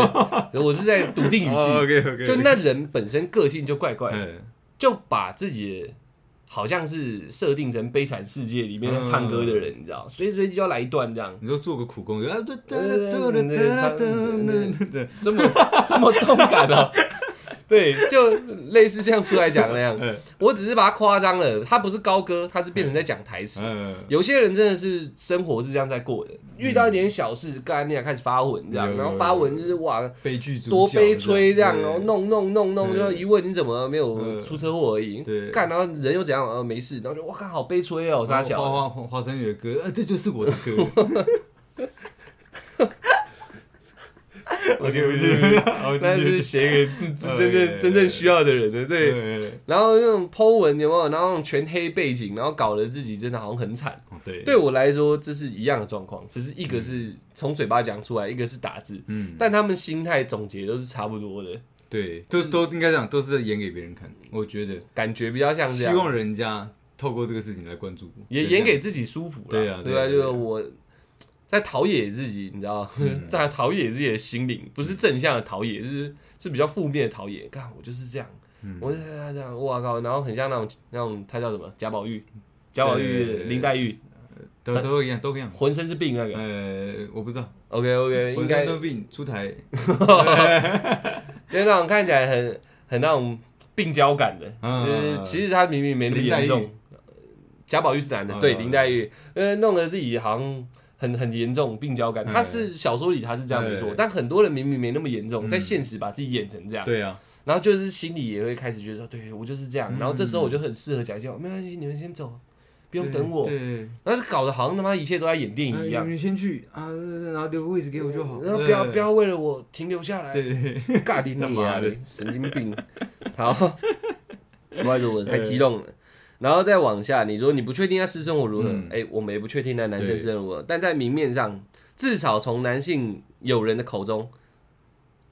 S1: 是，我是在笃 定语气，
S2: OK OK，
S1: 就那人本身个性就怪怪的。
S2: 嗯，
S1: 就把自己好像是设定成《悲惨世界》里面在唱歌的人，你知道，随时随地就要来一段这样，
S2: 你说做个苦工，啊，对对
S1: 对
S2: 对
S1: 对对
S2: 对
S1: 对
S2: 对对对，
S1: 这么 这么动感哦。 对，就类似像出来讲那样，
S2: 嗯
S1: 我只是把它夸张了，它不是高歌，它是变成在讲台词。
S2: 嗯，
S1: 有些人真的是生活是这样在过的，遇到一点小事，干你俩开始发文这样，
S2: 有
S1: 然后发文就是哇
S2: 悲剧主角
S1: 多悲催这样，然后
S2: 对
S1: 弄弄弄弄，
S2: 嗯
S1: 就一问你怎么没有
S2: 嗯
S1: 出车祸而已，
S2: 对
S1: 干然后人又怎样，呃没事，然后就哇靠好悲催哦，傻小的，
S2: 花花花花生宇的歌，呃，这就是我的歌。
S1: 我哦觉得
S2: 得
S1: 那是写给 真真正真正需要的人的，对。
S2: 对
S1: 然后那种 Po 文有没有？然后那种全黑背景，然后搞得自己真的好像很惨。
S2: 对
S1: 对，嗯我来说，这是一样的状况，只是一个是从嘴巴讲出来，一个是打字，
S2: 嗯，
S1: 但他们心态总结都是差不多的，
S2: 对，都都应该这样，都是在演给别人看。我觉得
S1: 感觉比较像这
S2: 希
S1: 样，
S2: 望人家透过这个事情来关注我，
S1: 也
S2: 对
S1: 演给自己舒服了。
S2: 对啊
S1: 对
S2: 对啊
S1: 啊，就
S2: 对啊
S1: 是我在陶冶自己，你知道，
S2: 嗯
S1: 在陶冶自己的心灵，不是正向的陶冶，是是比较负面的陶冶。看我就是这样，
S2: 嗯
S1: 我就是这样，我靠，然后很像那种那种，他叫什么？贾宝玉，贾宝
S2: 对对嗯
S1: 玉、
S2: 对
S1: 林黛玉，
S2: 都都一样，都一样。
S1: 浑身是病那个。
S2: 呃，我不知道，
S1: OK OK，
S2: 我
S1: 呃应
S2: 该
S1: 该
S2: 都病出台，
S1: 就是那种看起来很很那种病娇感的，
S2: 嗯
S1: 呃，其实他明明没那么
S2: 林黛
S1: 严
S2: 玉
S1: 重。贾宝玉是男的，
S2: 嗯
S1: 对
S2: 嗯
S1: 林黛玉，呃，弄得自己好像很很严重病娇感。
S2: 嗯
S1: 他是小说里他是这样没错
S2: 对，
S1: 但很多人明明没那么严重，
S2: 嗯
S1: 在现实把自己演成这样，
S2: 对啊，
S1: 然后就是心里也会开始觉得说，对我就是这样。
S2: 嗯
S1: 然后这时候我就很适合讲一句，没关系，你们先走，不用等我。
S2: 对，
S1: 然后就搞得好像他妈一切都在演电影一
S2: 你
S1: 样，
S2: 们先去啊，然后留位置给我就好，
S1: 然后不要不要为了我停留下来，
S2: 对，
S1: 尬你
S2: 干
S1: 你啊
S2: 嘛的
S1: 你，神经病！好，不好意思，我太激动了。然后再往下，你说你不确定他私生活如何？哎、
S2: 嗯
S1: 我们也不确定那男生
S2: 对
S1: 私生活如何，但在明面上，至少从男性友人的口中，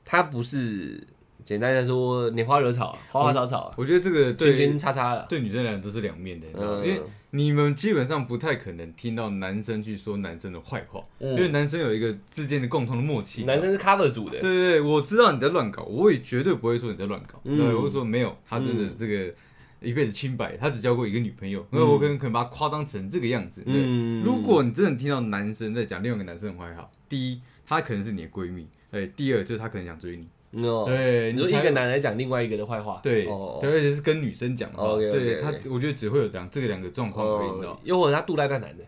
S1: 他不是简单的说拈花惹草啊、花花草草啊、
S2: 我觉得这个
S1: 圈
S2: 对
S1: 圈叉叉了。
S2: 对女生来讲都是两面的，你知道吗
S1: 嗯
S2: 因为你们基本上不太可能听到男生去说男生的坏话，因为
S1: 嗯，
S2: 男生有一个之间的共同的默契。
S1: 男生是 cover 组的
S2: 对，对对，我知道你在乱搞，我也绝对不会说你在乱搞，
S1: 嗯
S2: 对，我会说没有，他真的这个一辈子清白，他只交过一个女朋友，因为我可能可能把他夸张成这个样子。对，
S1: 嗯，
S2: 如果你真的听到男生在讲另外一个男生的坏话，第一，他可能是你的闺蜜，对，第二就是他可能想追你，
S1: no,
S2: 对，
S1: 哦你说
S2: 呃才
S1: 一个男人讲另外一个的坏话，
S2: 对，
S1: 哦
S2: 对，而且是跟女生讲的话，
S1: OK，OK，
S2: 对
S1: OK
S2: 他，我觉得只会有两这个两个状况而已，你知道
S1: 哦，又或者他杜赖那男的，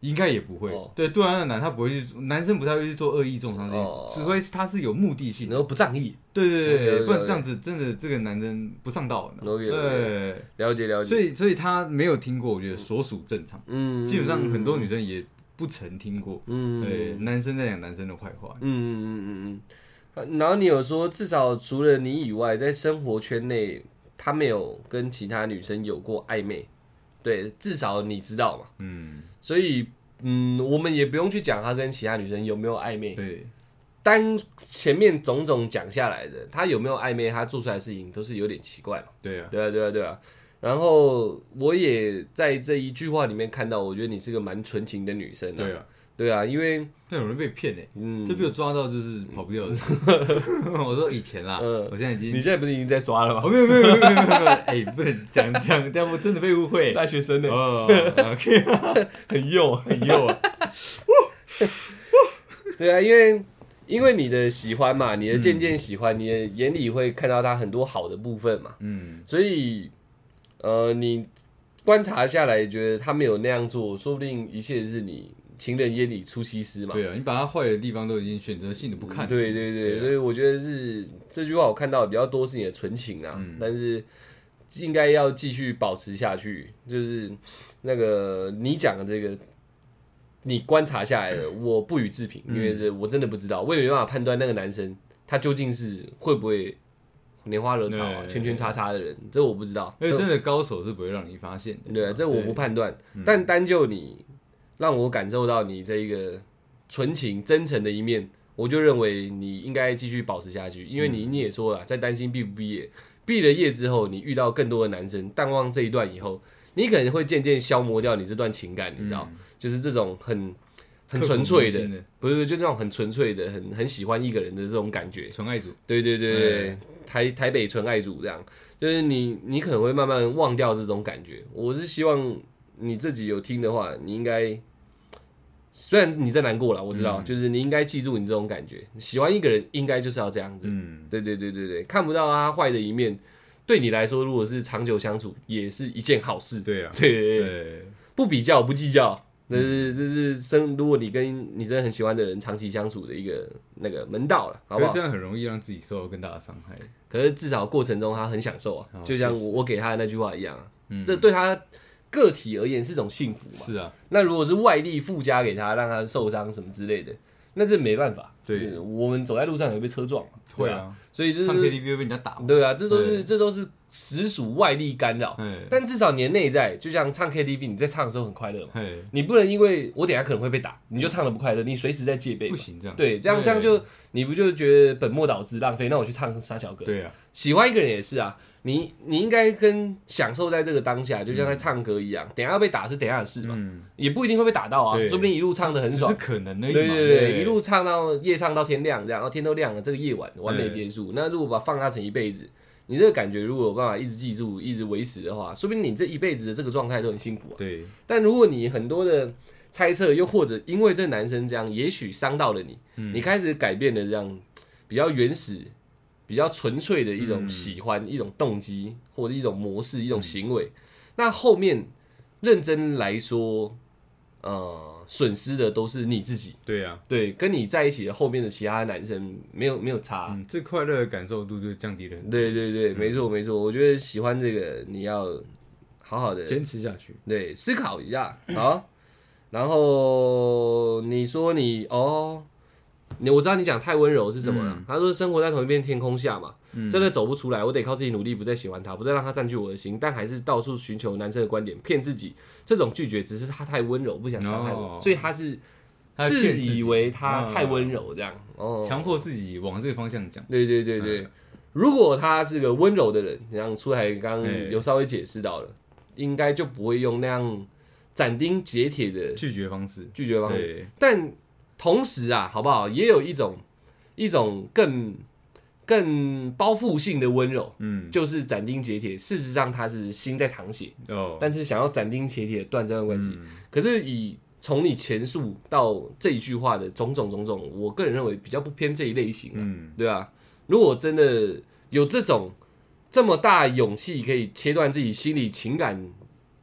S2: 应该也不会
S1: 哦。
S2: 对，杜兰特男他不会去，男生不太会去做恶意重伤这件事
S1: 哦，
S2: 除非是他是有目的性
S1: 然
S2: 的。
S1: 后不仗义，
S2: 对对对
S1: 了解
S2: 对，不然这样子真的这个男人不上道的。
S1: OK，OK
S2: 对，
S1: 了解了解。
S2: 所以所以他没有听过，我觉得所属正常。
S1: 嗯，
S2: 基本上很多女生也不曾听过，
S1: 嗯，
S2: 对，
S1: 嗯
S2: 男生在讲男生的坏话
S1: 嗯。嗯嗯嗯，然后你有说，至少除了你以外，在生活圈内，他没有跟其他女生有过暧昧，对，至少你知道嘛，
S2: 嗯，
S1: 所以。嗯，我们也不用去讲他跟其他女生有没有暧昧，
S2: 对，
S1: 单前面种种讲下来的，他有没有暧昧，他做出来的事情都是有点奇怪嘛。
S2: 对啊，
S1: 对啊，对啊，对啊。然后我也在这一句话里面看到，我觉得你是个蛮纯情的女生啊。
S2: 对啊，
S1: 对啊，因为
S2: 但有人被骗哎，
S1: 嗯，
S2: 这被我抓到就是跑不掉的。 我说以前啦，
S1: 嗯
S2: 我现在已
S1: 你
S2: 经
S1: 现在不是已经在抓了吗？
S2: 哦，没有没有没有没有没有没有，哎，不能讲这样，但我真的被 误会。
S1: 大学生呢，
S2: 哦，OK，
S1: 很幼。
S2: 很幼啊，
S1: 对啊，因为因为你的喜欢嘛，你的渐渐喜欢，你的眼里会看到他很多好的部分嘛，
S2: 嗯，
S1: 所以呃，你观察下来，觉得他没有那样做，说不定一切是你情人眼里出西施嘛。
S2: 对啊，你把它坏的地方都已经选择性的不看，
S1: 对对对，
S2: 对啊
S1: 所以我觉得是这句话我看到的比较多是你的纯情啊，
S2: 嗯
S1: 但是应该要继续保持下去。就是那个你讲的这个，你观察下来的，我不予置评，因为这我真的不知道，我也没办法判断那个男生他究竟是会不会拈花惹草、啊、
S2: 对
S1: 圈圈叉叉的人，这我不知道。
S2: 而
S1: 这
S2: 且真的高手是不会让你发现的。
S1: 对啊，这我不判断，
S2: 嗯
S1: 但单就你让我感受到你这一个纯情真诚的一面，我就认为你应该继续保持下去，因为
S2: 嗯
S1: 你你也说了，在担心毕不毕业，毕了业之后，你遇到更多的男生，淡忘这一段以后，你可能会渐渐消磨掉你这段情感，你知道，就是这种很很
S2: 嗯刻骨
S1: 纯粹
S2: 铭
S1: 的，
S2: 心的
S1: 不是不是就这种很纯粹的，很很喜欢一个人的这种感觉，
S2: 纯爱组，
S1: 对对对
S2: 哎
S1: 对，台台北纯爱组这样，就是你你可能会慢慢忘掉这种感觉。我是希望你自己有听的话，你应该虽然你在难过了，我知
S2: 嗯
S1: 道，就是你应该记住你这种感觉。喜欢一个人应该就是要这样子，
S2: 嗯，
S1: 对对对对对，看不到他坏的一面，对你来说，如果是长久相处，也是一件好事。
S2: 对啊，
S1: 对对对，
S2: 对，
S1: 不比较不计较。这是这是生，如果你跟你真的很喜欢的人长期相处的一个那个门道了，好
S2: 可
S1: 不好
S2: 是？这样很容易让自己受到更大的伤害。
S1: 可是至少过程中他很享受啊，
S2: 哦
S1: 就像
S2: 确
S1: 我我给他的那句话一样啊，
S2: 嗯
S1: 这对他个体而言是种幸福嘛。
S2: 是啊，
S1: 那如果是外力附加给他，让他受伤什么之类的，那这没办法。
S2: 对
S1: 嗯我们走在路上也会被车撞嘛，
S2: 会
S1: 对吧，
S2: 啊，
S1: 所以这
S2: 唱
S1: 是
S2: KTV 会被人家打。
S1: 对啊，这都
S2: 对嗯
S1: 是这都是实属外力干扰。
S2: 嘿，
S1: 但至少你的内在，就像唱 KTV，你在唱的时候很快乐嘛，
S2: 嘿，
S1: 你不能因为我等一下可能会被打，你就唱的不快乐，你随时在戒备
S2: 不
S1: 嘛。
S2: 行这样。
S1: 对，这样这样
S2: 对
S1: 就你不就觉得本末倒置浪费？那我去唱傻小歌，
S2: 对啊，
S1: 喜欢一个人也是啊，你你应该跟享受在这个当下，就像在唱歌一样。等一下要被打是等一下的事嘛，
S2: 嗯，
S1: 也不一定会被打到啊，
S2: 对
S1: 说不定一路唱的很
S2: 只
S1: 爽
S2: 是。可能的
S1: 对对对，对一路唱到夜唱到天亮，这样，然后天都亮了，这个夜晚完美结束。那如果把它放大成一辈子，你这个感觉如果有办法一直记住、一直维持的话，说不定你这一辈子的这个状态都很幸福啊。
S2: 对，
S1: 但如果你很多的猜测，又或者因为这男生这样，也许伤到了你，
S2: 嗯
S1: 你开始改变了这样比较原始、比较纯粹的一
S2: 嗯
S1: 种喜欢、一种动机或者一种模式、一种行为，那后面认真来说，呃，损失的都是你自己。
S2: 对啊，
S1: 对，跟你在一起的后面的其他男生没有没有差、
S2: 嗯，这快乐的感受度就降低了很多，
S1: 对对对，没错没错，我觉得喜欢这个你要好好的
S2: 坚持下去。
S1: 对，思考一下，好。然后你说你哦，你我知道你讲太温柔是什么
S2: 嗯
S1: 了。他说生活在同一片天空下嘛，真的走不出来，我得靠自己努力，不再喜欢他，不再让他占据我的心，但还是到处寻求男生的观点，骗自己。这种拒绝只是他太温柔，不想伤害我，
S2: 哦
S1: 所以他是
S2: 他
S1: 自
S2: 骗己
S1: 以为他太温
S2: 嗯
S1: 柔这样。哦，
S2: 强迫自己往这个方向讲。嗯
S1: 对对对对，如果他是个温柔的人，像出海刚刚
S2: 哎
S1: 有稍微解释到了，应该就不会用那样斩钉截铁的
S2: 拒绝方式，
S1: 拒绝方式。
S2: 对，
S1: 但同时啊，好不好，也有一种一种更更包覆性的温柔，
S2: 嗯，
S1: 就是斩钉截铁。事实上，他是心在淌血，
S2: 哦，
S1: 但是想要斩钉截铁地断这段关系。
S2: 嗯
S1: 可是以从你前述到这一句话的种种种种，我个人认为比较不偏这一类型啊。
S2: 嗯，
S1: 对啊，如果真的有这种这么大勇气，可以切断自己心里情感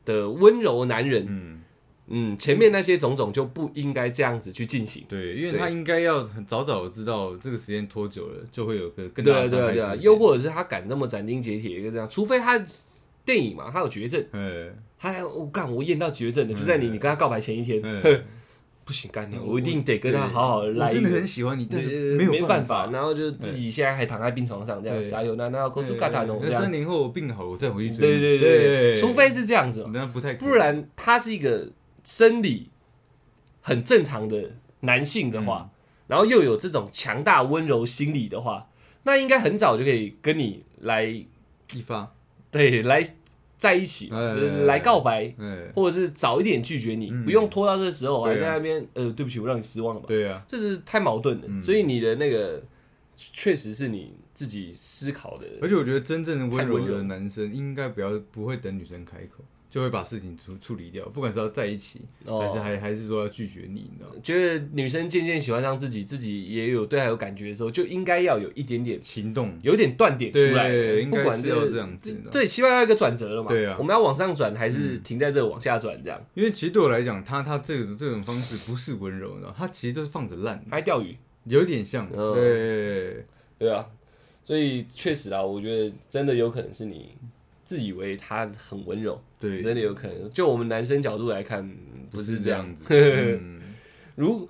S1: 的温柔男人，
S2: 嗯，
S1: 嗯，前面那些种种就不应该这样子去进行。
S2: 对，因为
S1: 对
S2: 他应该要很早早地知道这个时间拖久了就会有个更
S1: 对
S2: 大
S1: 啊，
S2: 的
S1: 对
S2: 伤
S1: 啊，
S2: 害
S1: 对啊，
S2: 出现
S1: 又或者是他敢那么斩钉截铁就这样，除非他电影嘛，他有绝症，
S2: 哎
S1: 他还我干、我验到绝症了，就在你
S2: 嗯
S1: 你跟他告白前一天，
S2: 哎，
S1: 不行，干掉，
S2: 我
S1: 我一定得跟他好好地
S2: 我
S1: 来一
S2: 真的
S1: 个
S2: 很。喜欢你，但
S1: 嗯对
S2: 是
S1: 没
S2: 有
S1: 办
S2: 法。
S1: 然后就自己现在还躺在病床上这样，
S2: 对
S1: 撒有那那勾出
S2: 哎
S1: 嘎达农
S2: 那
S1: 这样
S2: 三，年后我病好了，我再回去追
S1: 对
S2: 你。
S1: 对对，除非是这样子嘛，
S2: 那不太可能，
S1: 不然他是一个生理很正常的男性的
S2: 嗯
S1: 话，然后又有这种强大温柔心理的话，那应该很早就可以跟你来
S2: 一发，
S1: 对来在一起，
S2: 哎
S1: 呃来告白，
S2: 哎，
S1: 或者是早一点拒绝你，
S2: 嗯
S1: 不用拖到这时候还
S2: 对
S1: 在
S2: 啊
S1: 那边呃对不起，我让你失望了吧，
S2: 对啊，
S1: 这是太矛盾了。
S2: 嗯
S1: 所以你的那个确实是你自己思考的，
S2: 而且我觉得真正的温
S1: 太温
S2: 柔
S1: 柔
S2: 的男生应该不要不会等女生开口，就会把事情处处理掉，不管是要在一起，
S1: 哦
S2: 还是还还是说要拒绝你，你知道吗？
S1: 觉得女生渐渐喜欢上自己，自己也有对她有感觉的时候，就应该要有一点点，
S2: 行动，
S1: 有点断点出来。
S2: 对，应
S1: 不
S2: 该
S1: 管这
S2: 是要这样子，你知道吗
S1: 对，起码要一个转折了嘛。
S2: 对啊
S1: 我们要往上转，还是停在这往下转这样？
S2: 因为其实对我来讲，他他这个这种方式不是温柔，你知道吗，他其实就是放着烂，
S1: 还钓鱼，
S2: 有点像，
S1: 嗯
S2: 对，
S1: 对啊。所以确实啊，我觉得真的有可能是你自以为他很温柔，
S2: 对，
S1: 真的有可能。就我们男生角度来看，嗯不是这样。
S2: 子，嗯
S1: 如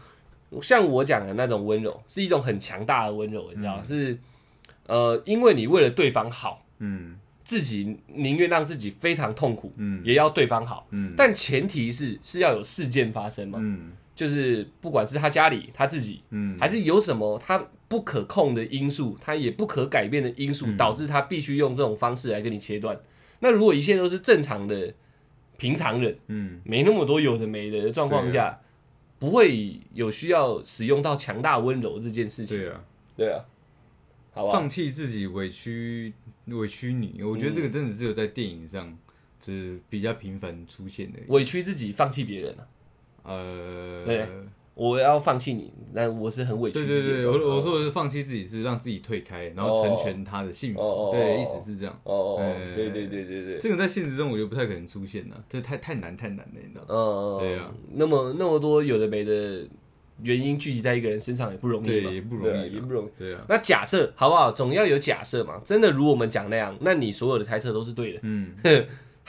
S1: 像我讲的那种温柔，是一种很强大的温柔，你知道，是呃，因为你为了对方好，
S2: 嗯
S1: 自己宁愿让自己非常痛苦，
S2: 嗯
S1: 也要对方好。
S2: 嗯，
S1: 但前提是是要有事件发生嘛，
S2: 嗯
S1: 就是不管是他家里、他自己，
S2: 嗯
S1: 还是有什么他不可控的因素，他也不可改变的因
S2: 嗯
S1: 素，导致他必须用这种方式来跟你切断。那如果一切都是正常的、平常人，
S2: 嗯，
S1: 没那么多有的没的的状况下，不会有需要使用到强大温柔这件事情。
S2: 对啊，
S1: 对啊，好吧，
S2: 放弃自己，委屈委屈你，我觉得这个真的只有在电影上，只比较频繁出现的，
S1: 委屈自己，放弃别人啊！
S2: 呃，
S1: 对我要放弃你，那我是很委屈
S2: 对
S1: 自
S2: 对
S1: 己的。哦
S2: 对，我我说的是放弃自己，是让自己退开，然后成全他的幸
S1: 哦哦
S2: 福，对，意思是这样。
S1: 哦哦，哦
S2: 哎
S1: 对对对对对，
S2: 这个在现实中我觉得不太可能出现的，这太太难太难了，你知道吗？
S1: 嗯嗯，嗯
S2: 对啊，
S1: 那么那么多有的没的原因聚集在一个人身上也不容易嘛，
S2: 对也不容易
S1: 对啊
S2: 嘛
S1: 也不容易。
S2: 对啊，
S1: 那假设好不好？总要有假设嘛。真的如我们讲那样，那你所有的猜测都是对的。
S2: 嗯，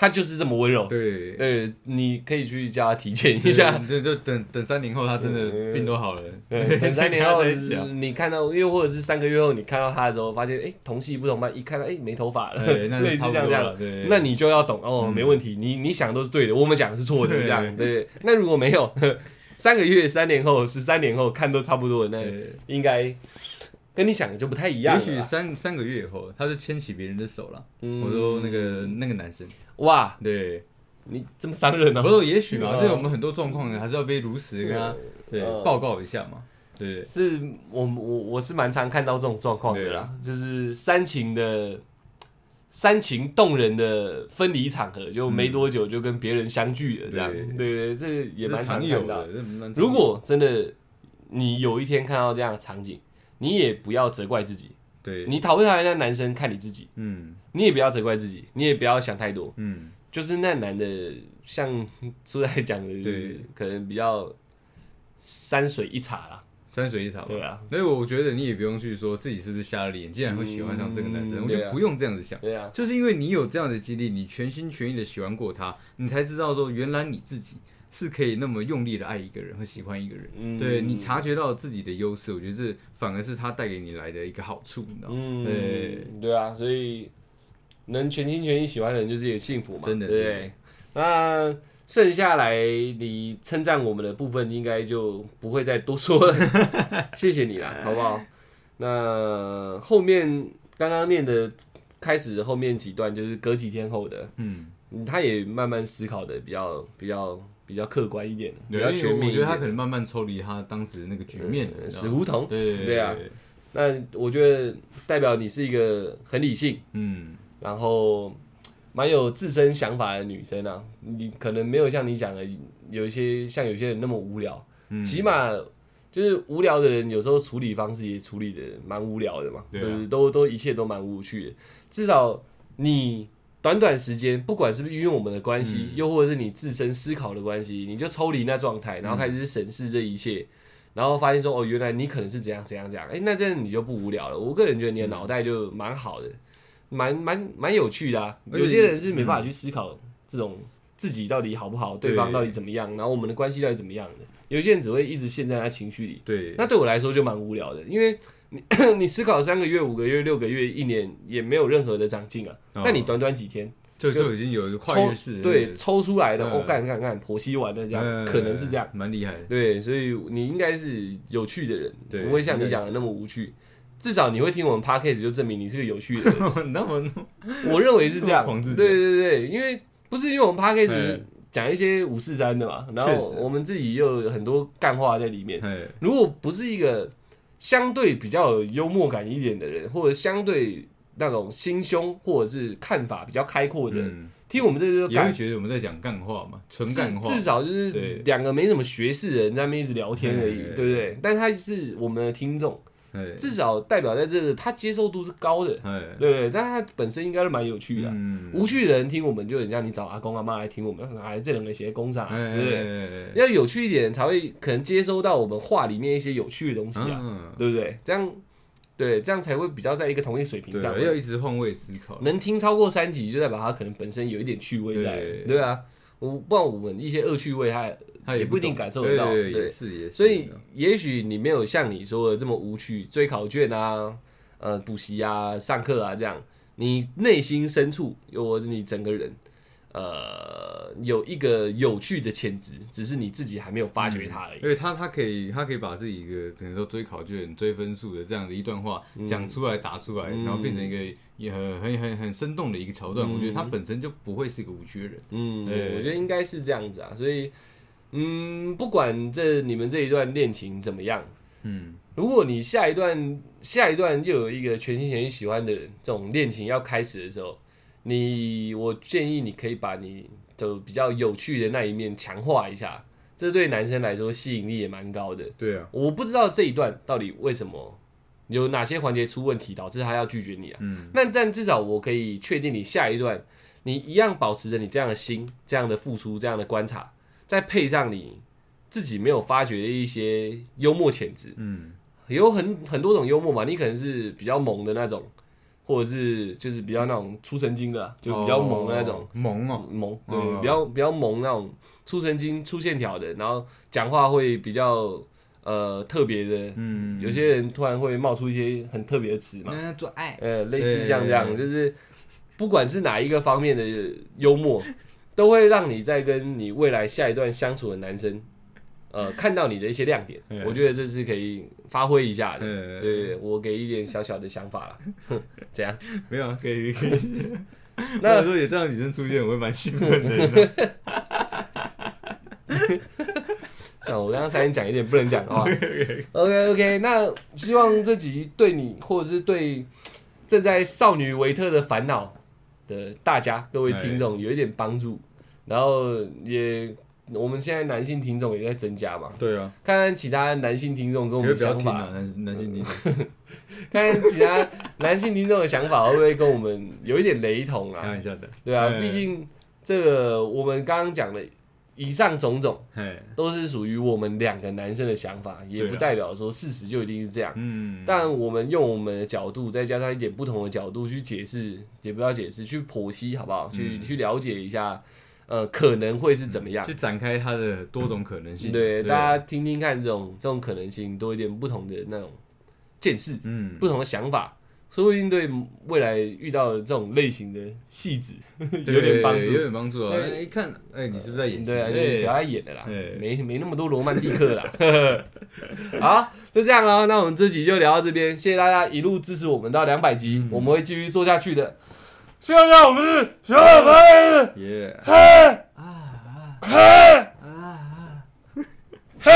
S1: 他就是这么温柔，
S2: 对，
S1: 呃，你可以去叫他体检一下，
S2: 对，就等等三年后他真的病都好了，
S1: 对， 等三年后
S2: 再跟他在一起啊
S1: 你看到，又或者是三个月后你看到他的时候，发现哎、诶同系不同班，一看到哎、诶没头发了，
S2: 对，那
S1: 类
S2: 就
S1: 似
S2: 差不
S1: 像
S2: 多
S1: 这样
S2: 了，，对，
S1: 那你就要懂哦，没问题，你你想都是对的，我们讲的是错的，
S2: 对
S1: 这样对。那如果没有呵三个月、三年后、十三年后看都差不多的，那
S2: 对
S1: 应该跟你想的就不太呃一样
S2: 也
S1: 了
S2: 许
S1: 啦。
S2: 三三个月以后，他就牵起别人的手了。
S1: 嗯
S2: 我说那个那个男生，
S1: 哇，
S2: 对，
S1: 你这么伤人
S2: 我
S1: 哦，
S2: 说也许嘛，
S1: 嗯
S2: 对我们很多状况还是要被如实地跟他对
S1: 嗯
S2: 报告一下嘛，对，
S1: 是我我我是蛮常看到这种状况的啦，就是煽情的。煽情动人的分离场合，就没多久就跟别人相聚了，这样，
S2: 对
S1: 嗯对对，这个也
S2: 这
S1: 蛮
S2: 是
S1: 常看
S2: 常有
S1: 到的
S2: 的。。这蛮常
S1: 如果真的你有一天看到这样的场景，你也不要责怪自己，
S2: 对，
S1: 你讨不讨厌那男生看你自己，
S2: 嗯
S1: 你也不要责怪自己，你也不要想太多。
S2: 嗯，
S1: 就是那男的，像出来讲的，
S2: 对，
S1: 可能比较山水一茶啦，
S2: 山水一场嘛
S1: 对。啊，
S2: 所以我觉得你也不用去说自己是不是瞎了眼，竟然会喜欢上这个男
S1: 嗯
S2: 生，我觉
S1: 对啊
S2: 得不用这样子想。
S1: 对啊，
S2: 就是因为你有这样的经历，你全心全意的喜欢过他，你才知道说，原来你自己是可以那么用力的爱一个人和喜欢一个人。
S1: 嗯
S2: 对你察觉到自己的优势，我觉得这反而是他带给你来的一个好处，你知道吗？对
S1: 嗯，对啊，所以能全心全意喜欢的人就是也幸福嘛，
S2: 真的
S1: 对不
S2: 真
S1: 对。那剩下来你称赞我们的部分，应该就不会再多说了， 谢谢你啦，
S2: 哎
S1: 好不好？那后面刚刚念的开始后面几段就是隔几天后的，
S2: 嗯，
S1: 嗯他也慢慢思考的比较比较比较客观一点，比
S2: 对，
S1: 较
S2: 因为
S1: 全面
S2: 我
S1: 一
S2: 觉
S1: 点
S2: 得他可能慢慢抽离他当时的那个局面了，
S1: 嗯
S2: 你知
S1: 死
S2: 道吗
S1: 胡同，
S2: 对
S1: 对啊，那我觉得代表你是一个很理性。
S2: 嗯，
S1: 然后蛮有自身想法的女生啊，你可能没有像你讲的有一些像有些人那么无聊，
S2: 嗯
S1: 起码就是无聊的人有时候处理方式也处理的蛮无聊的嘛，
S2: 对啊
S1: 就是都都一切都蛮无趣的，至少你。短短时间，不管是不是因为我们的关系，
S2: 嗯
S1: 又或者是你自身思考的关系，你就抽离那状态，然后开始审视这一切，然后发现说，哦，原来你可能是怎样怎样怎样，哎、那这样你就不无聊了。我个人觉得你的脑袋就蛮好的，蛮蛮蛮有趣的啊。
S2: 而且
S1: 有些人是没办法去思考这种自己到底好不好，对
S2: 对
S1: 方到底怎么样，然后我们的关系到底怎么样的。有些人只会一直陷在他情绪里，
S2: 对，
S1: 那对我来说就蛮无聊的，因为你 你思考三个月、五个月、六个月、一年也没有任何的长进啊。
S2: 哦
S1: 但你短短几天
S2: 就就已经有一个跨
S1: 抽
S2: 越式的，
S1: 对抽出来的，
S2: 嗯
S1: 我干干干，剖析完了这样，
S2: 嗯
S1: 可能是这样。，
S2: 蛮厉害 的，
S1: 对，所以你应该是有趣的人，
S2: 对
S1: 不会像你讲的那么无趣。至少你会听我们 podcast，就证明你是个有趣 的人。
S2: 那么
S1: 我认为是这样
S2: 那么狂自。己
S1: 对对对，因为不是因为我们 podcast
S2: 嗯
S1: 讲一些五四三的嘛，然
S2: 确
S1: 后
S2: 实
S1: 我们自己又有很多干话在里面。
S2: 哎，
S1: 如果不是一个相对比较有幽默感一点的人，或者相对那种心胸或者是看法比较开阔的人，
S2: 嗯，
S1: 听我们这就
S2: 也会
S1: 感觉
S2: 觉得我们在讲干话嘛，纯
S1: 至
S2: 干话。
S1: 至少就是
S2: 对
S1: 两个没什么学识的人在那边一直聊天而已，
S2: 对对对
S1: 对不对？但他是我们的听众，
S2: 对，
S1: 至少代表在这个他接受度是高的，
S2: 哎，
S1: 对不对？但他本身应该是蛮有趣的啊、
S2: 嗯，
S1: 无趣的人听我们就很像你找阿公阿妈来听我们， 哎，这两个写工厂、
S2: 哎
S1: 啊，
S2: 哎
S1: 对不对？
S2: 哎哎
S1: 要有趣一点才会可能接收到我们话里面一些有趣的东西啊，
S2: 嗯，
S1: 对不对？这样，对，这样才会比较在一个同一水平
S2: 对
S1: 上
S2: 啊，
S1: 嘛。
S2: 要一直换位思考。
S1: 能听超过三集，就代表他可能本身有一点趣味在，
S2: 对
S1: 对啊。我不然我们一些恶趣味他也
S2: 他
S1: 也不一定
S2: 懂
S1: 感受得到
S2: 对，
S1: 对
S2: 也是也是。
S1: 所以也许你没有像你说的这么无趣，追考卷啊，呃，补习啊，上课啊这样，你内心深处，又或者你整个人，呃，有一个有趣的潜质，只是你自己还没有发
S2: 嗯
S1: 掘它而已。
S2: 因为他他可以他可以把自己一个整个说追考卷、追分数的这样的一段话
S1: 嗯
S2: 讲出来、打出来，然后变成一个也很很很很生动的一个桥段。我觉得他本身就不会是一个无趣的人。
S1: 嗯，
S2: 对
S1: 我觉得应该是这样子啊。所以，嗯，不管这你们这一段恋情怎么样，
S2: 嗯，
S1: 如果你下一段下一段又有一个全心全意喜欢的人，这种恋情要开始的时候，你我建议你可以把你的比较有趣的那一面强化一下，这对男生来说吸引力也蛮高的。
S2: 对啊，
S1: 我不知道这一段到底为什么有哪些环节出问题，导致他要拒绝你啊。
S2: 嗯，
S1: 那但至少我可以确定，你下一段你一样保持着你这样的心、这样的付出、这样的观察，再配上你自己没有发掘的一些幽默潜质，
S2: 嗯，
S1: 有很很多种幽默嘛，你可能是比较萌的那种，或者是就是比较那种出神经的啊，就比较萌的那种。
S2: 哦，萌哦，
S1: 萌，对，
S2: 哦
S1: 比较比较萌那种出神经、粗线条的，然后讲话会比较呃特别的，
S2: 嗯，
S1: 有些人突然会冒出一些很特别的词嘛，
S2: 那做爱，
S1: 呃，类似像这
S2: 对
S1: 样，
S2: 对
S1: 就是不管是哪一个方面的幽默，都会让你在跟你未来下一段相处的男生，呃，看到你的一些亮点
S2: 嗯。
S1: 我觉得这是可以发挥一下的。
S2: 呃，
S1: 对，我给一点小小的想法啦， 哼怎样？
S2: 没有啊，可以可以。
S1: 那
S2: 那如果有这样的女生出现，我会蛮兴奋 的你知道吗。
S1: 像我刚刚才讲一点不能讲的 话。OK OK，那希望这集对你或者是对正在少女维特的烦恼的大家各位听众有一点帮助，然后也我们现在男性听众也在增加嘛，
S2: 对啊，
S1: 看看其他男性听众跟我
S2: 你
S1: 们的
S2: 会不要
S1: 想
S2: 听
S1: 法嗯
S2: 啊，，男男性听。
S1: 看看其他男性听众的想法会不会跟我们有一点雷同
S2: 开
S1: 啊？
S2: 玩笑的，
S1: 对啊，
S2: 嗯
S1: 毕竟这个我们刚刚讲的以上种种。
S2: 嘿，
S1: 都是属于我们两个男生的想法，也
S2: 对
S1: 不
S2: 啊
S1: 代表说事实就一定是这样。
S2: 嗯，
S1: 但我们用我们的角度，再加上一点不同的角度去解释，也不要解释，去剖析好不好？去、
S2: 嗯
S1: 去了解一下，呃，可能会是怎么样？
S2: 去展开它的多种可能性。
S1: 嗯对，大家听听看这种这种可能性，多一点不同的那种见识，
S2: 嗯，
S1: 不同的想法，说不定对未来遇到的这种类型的戏子
S2: 对
S1: 有点帮助
S2: 有。点帮助啊！
S1: 对
S2: 哎一看，哎，你是不是在演戏？
S1: 对啊，
S2: 哎
S1: 你不要再演的啦，
S2: 哎
S1: 没没那么多罗曼蒂克啦。 好，就这样喽。那我们这集就聊到这边，谢谢大家一路支持我们到两百集，我们会继续做下去的。现在嗯我们是小白，
S2: 耶！
S1: 嘿，嘿，嘿。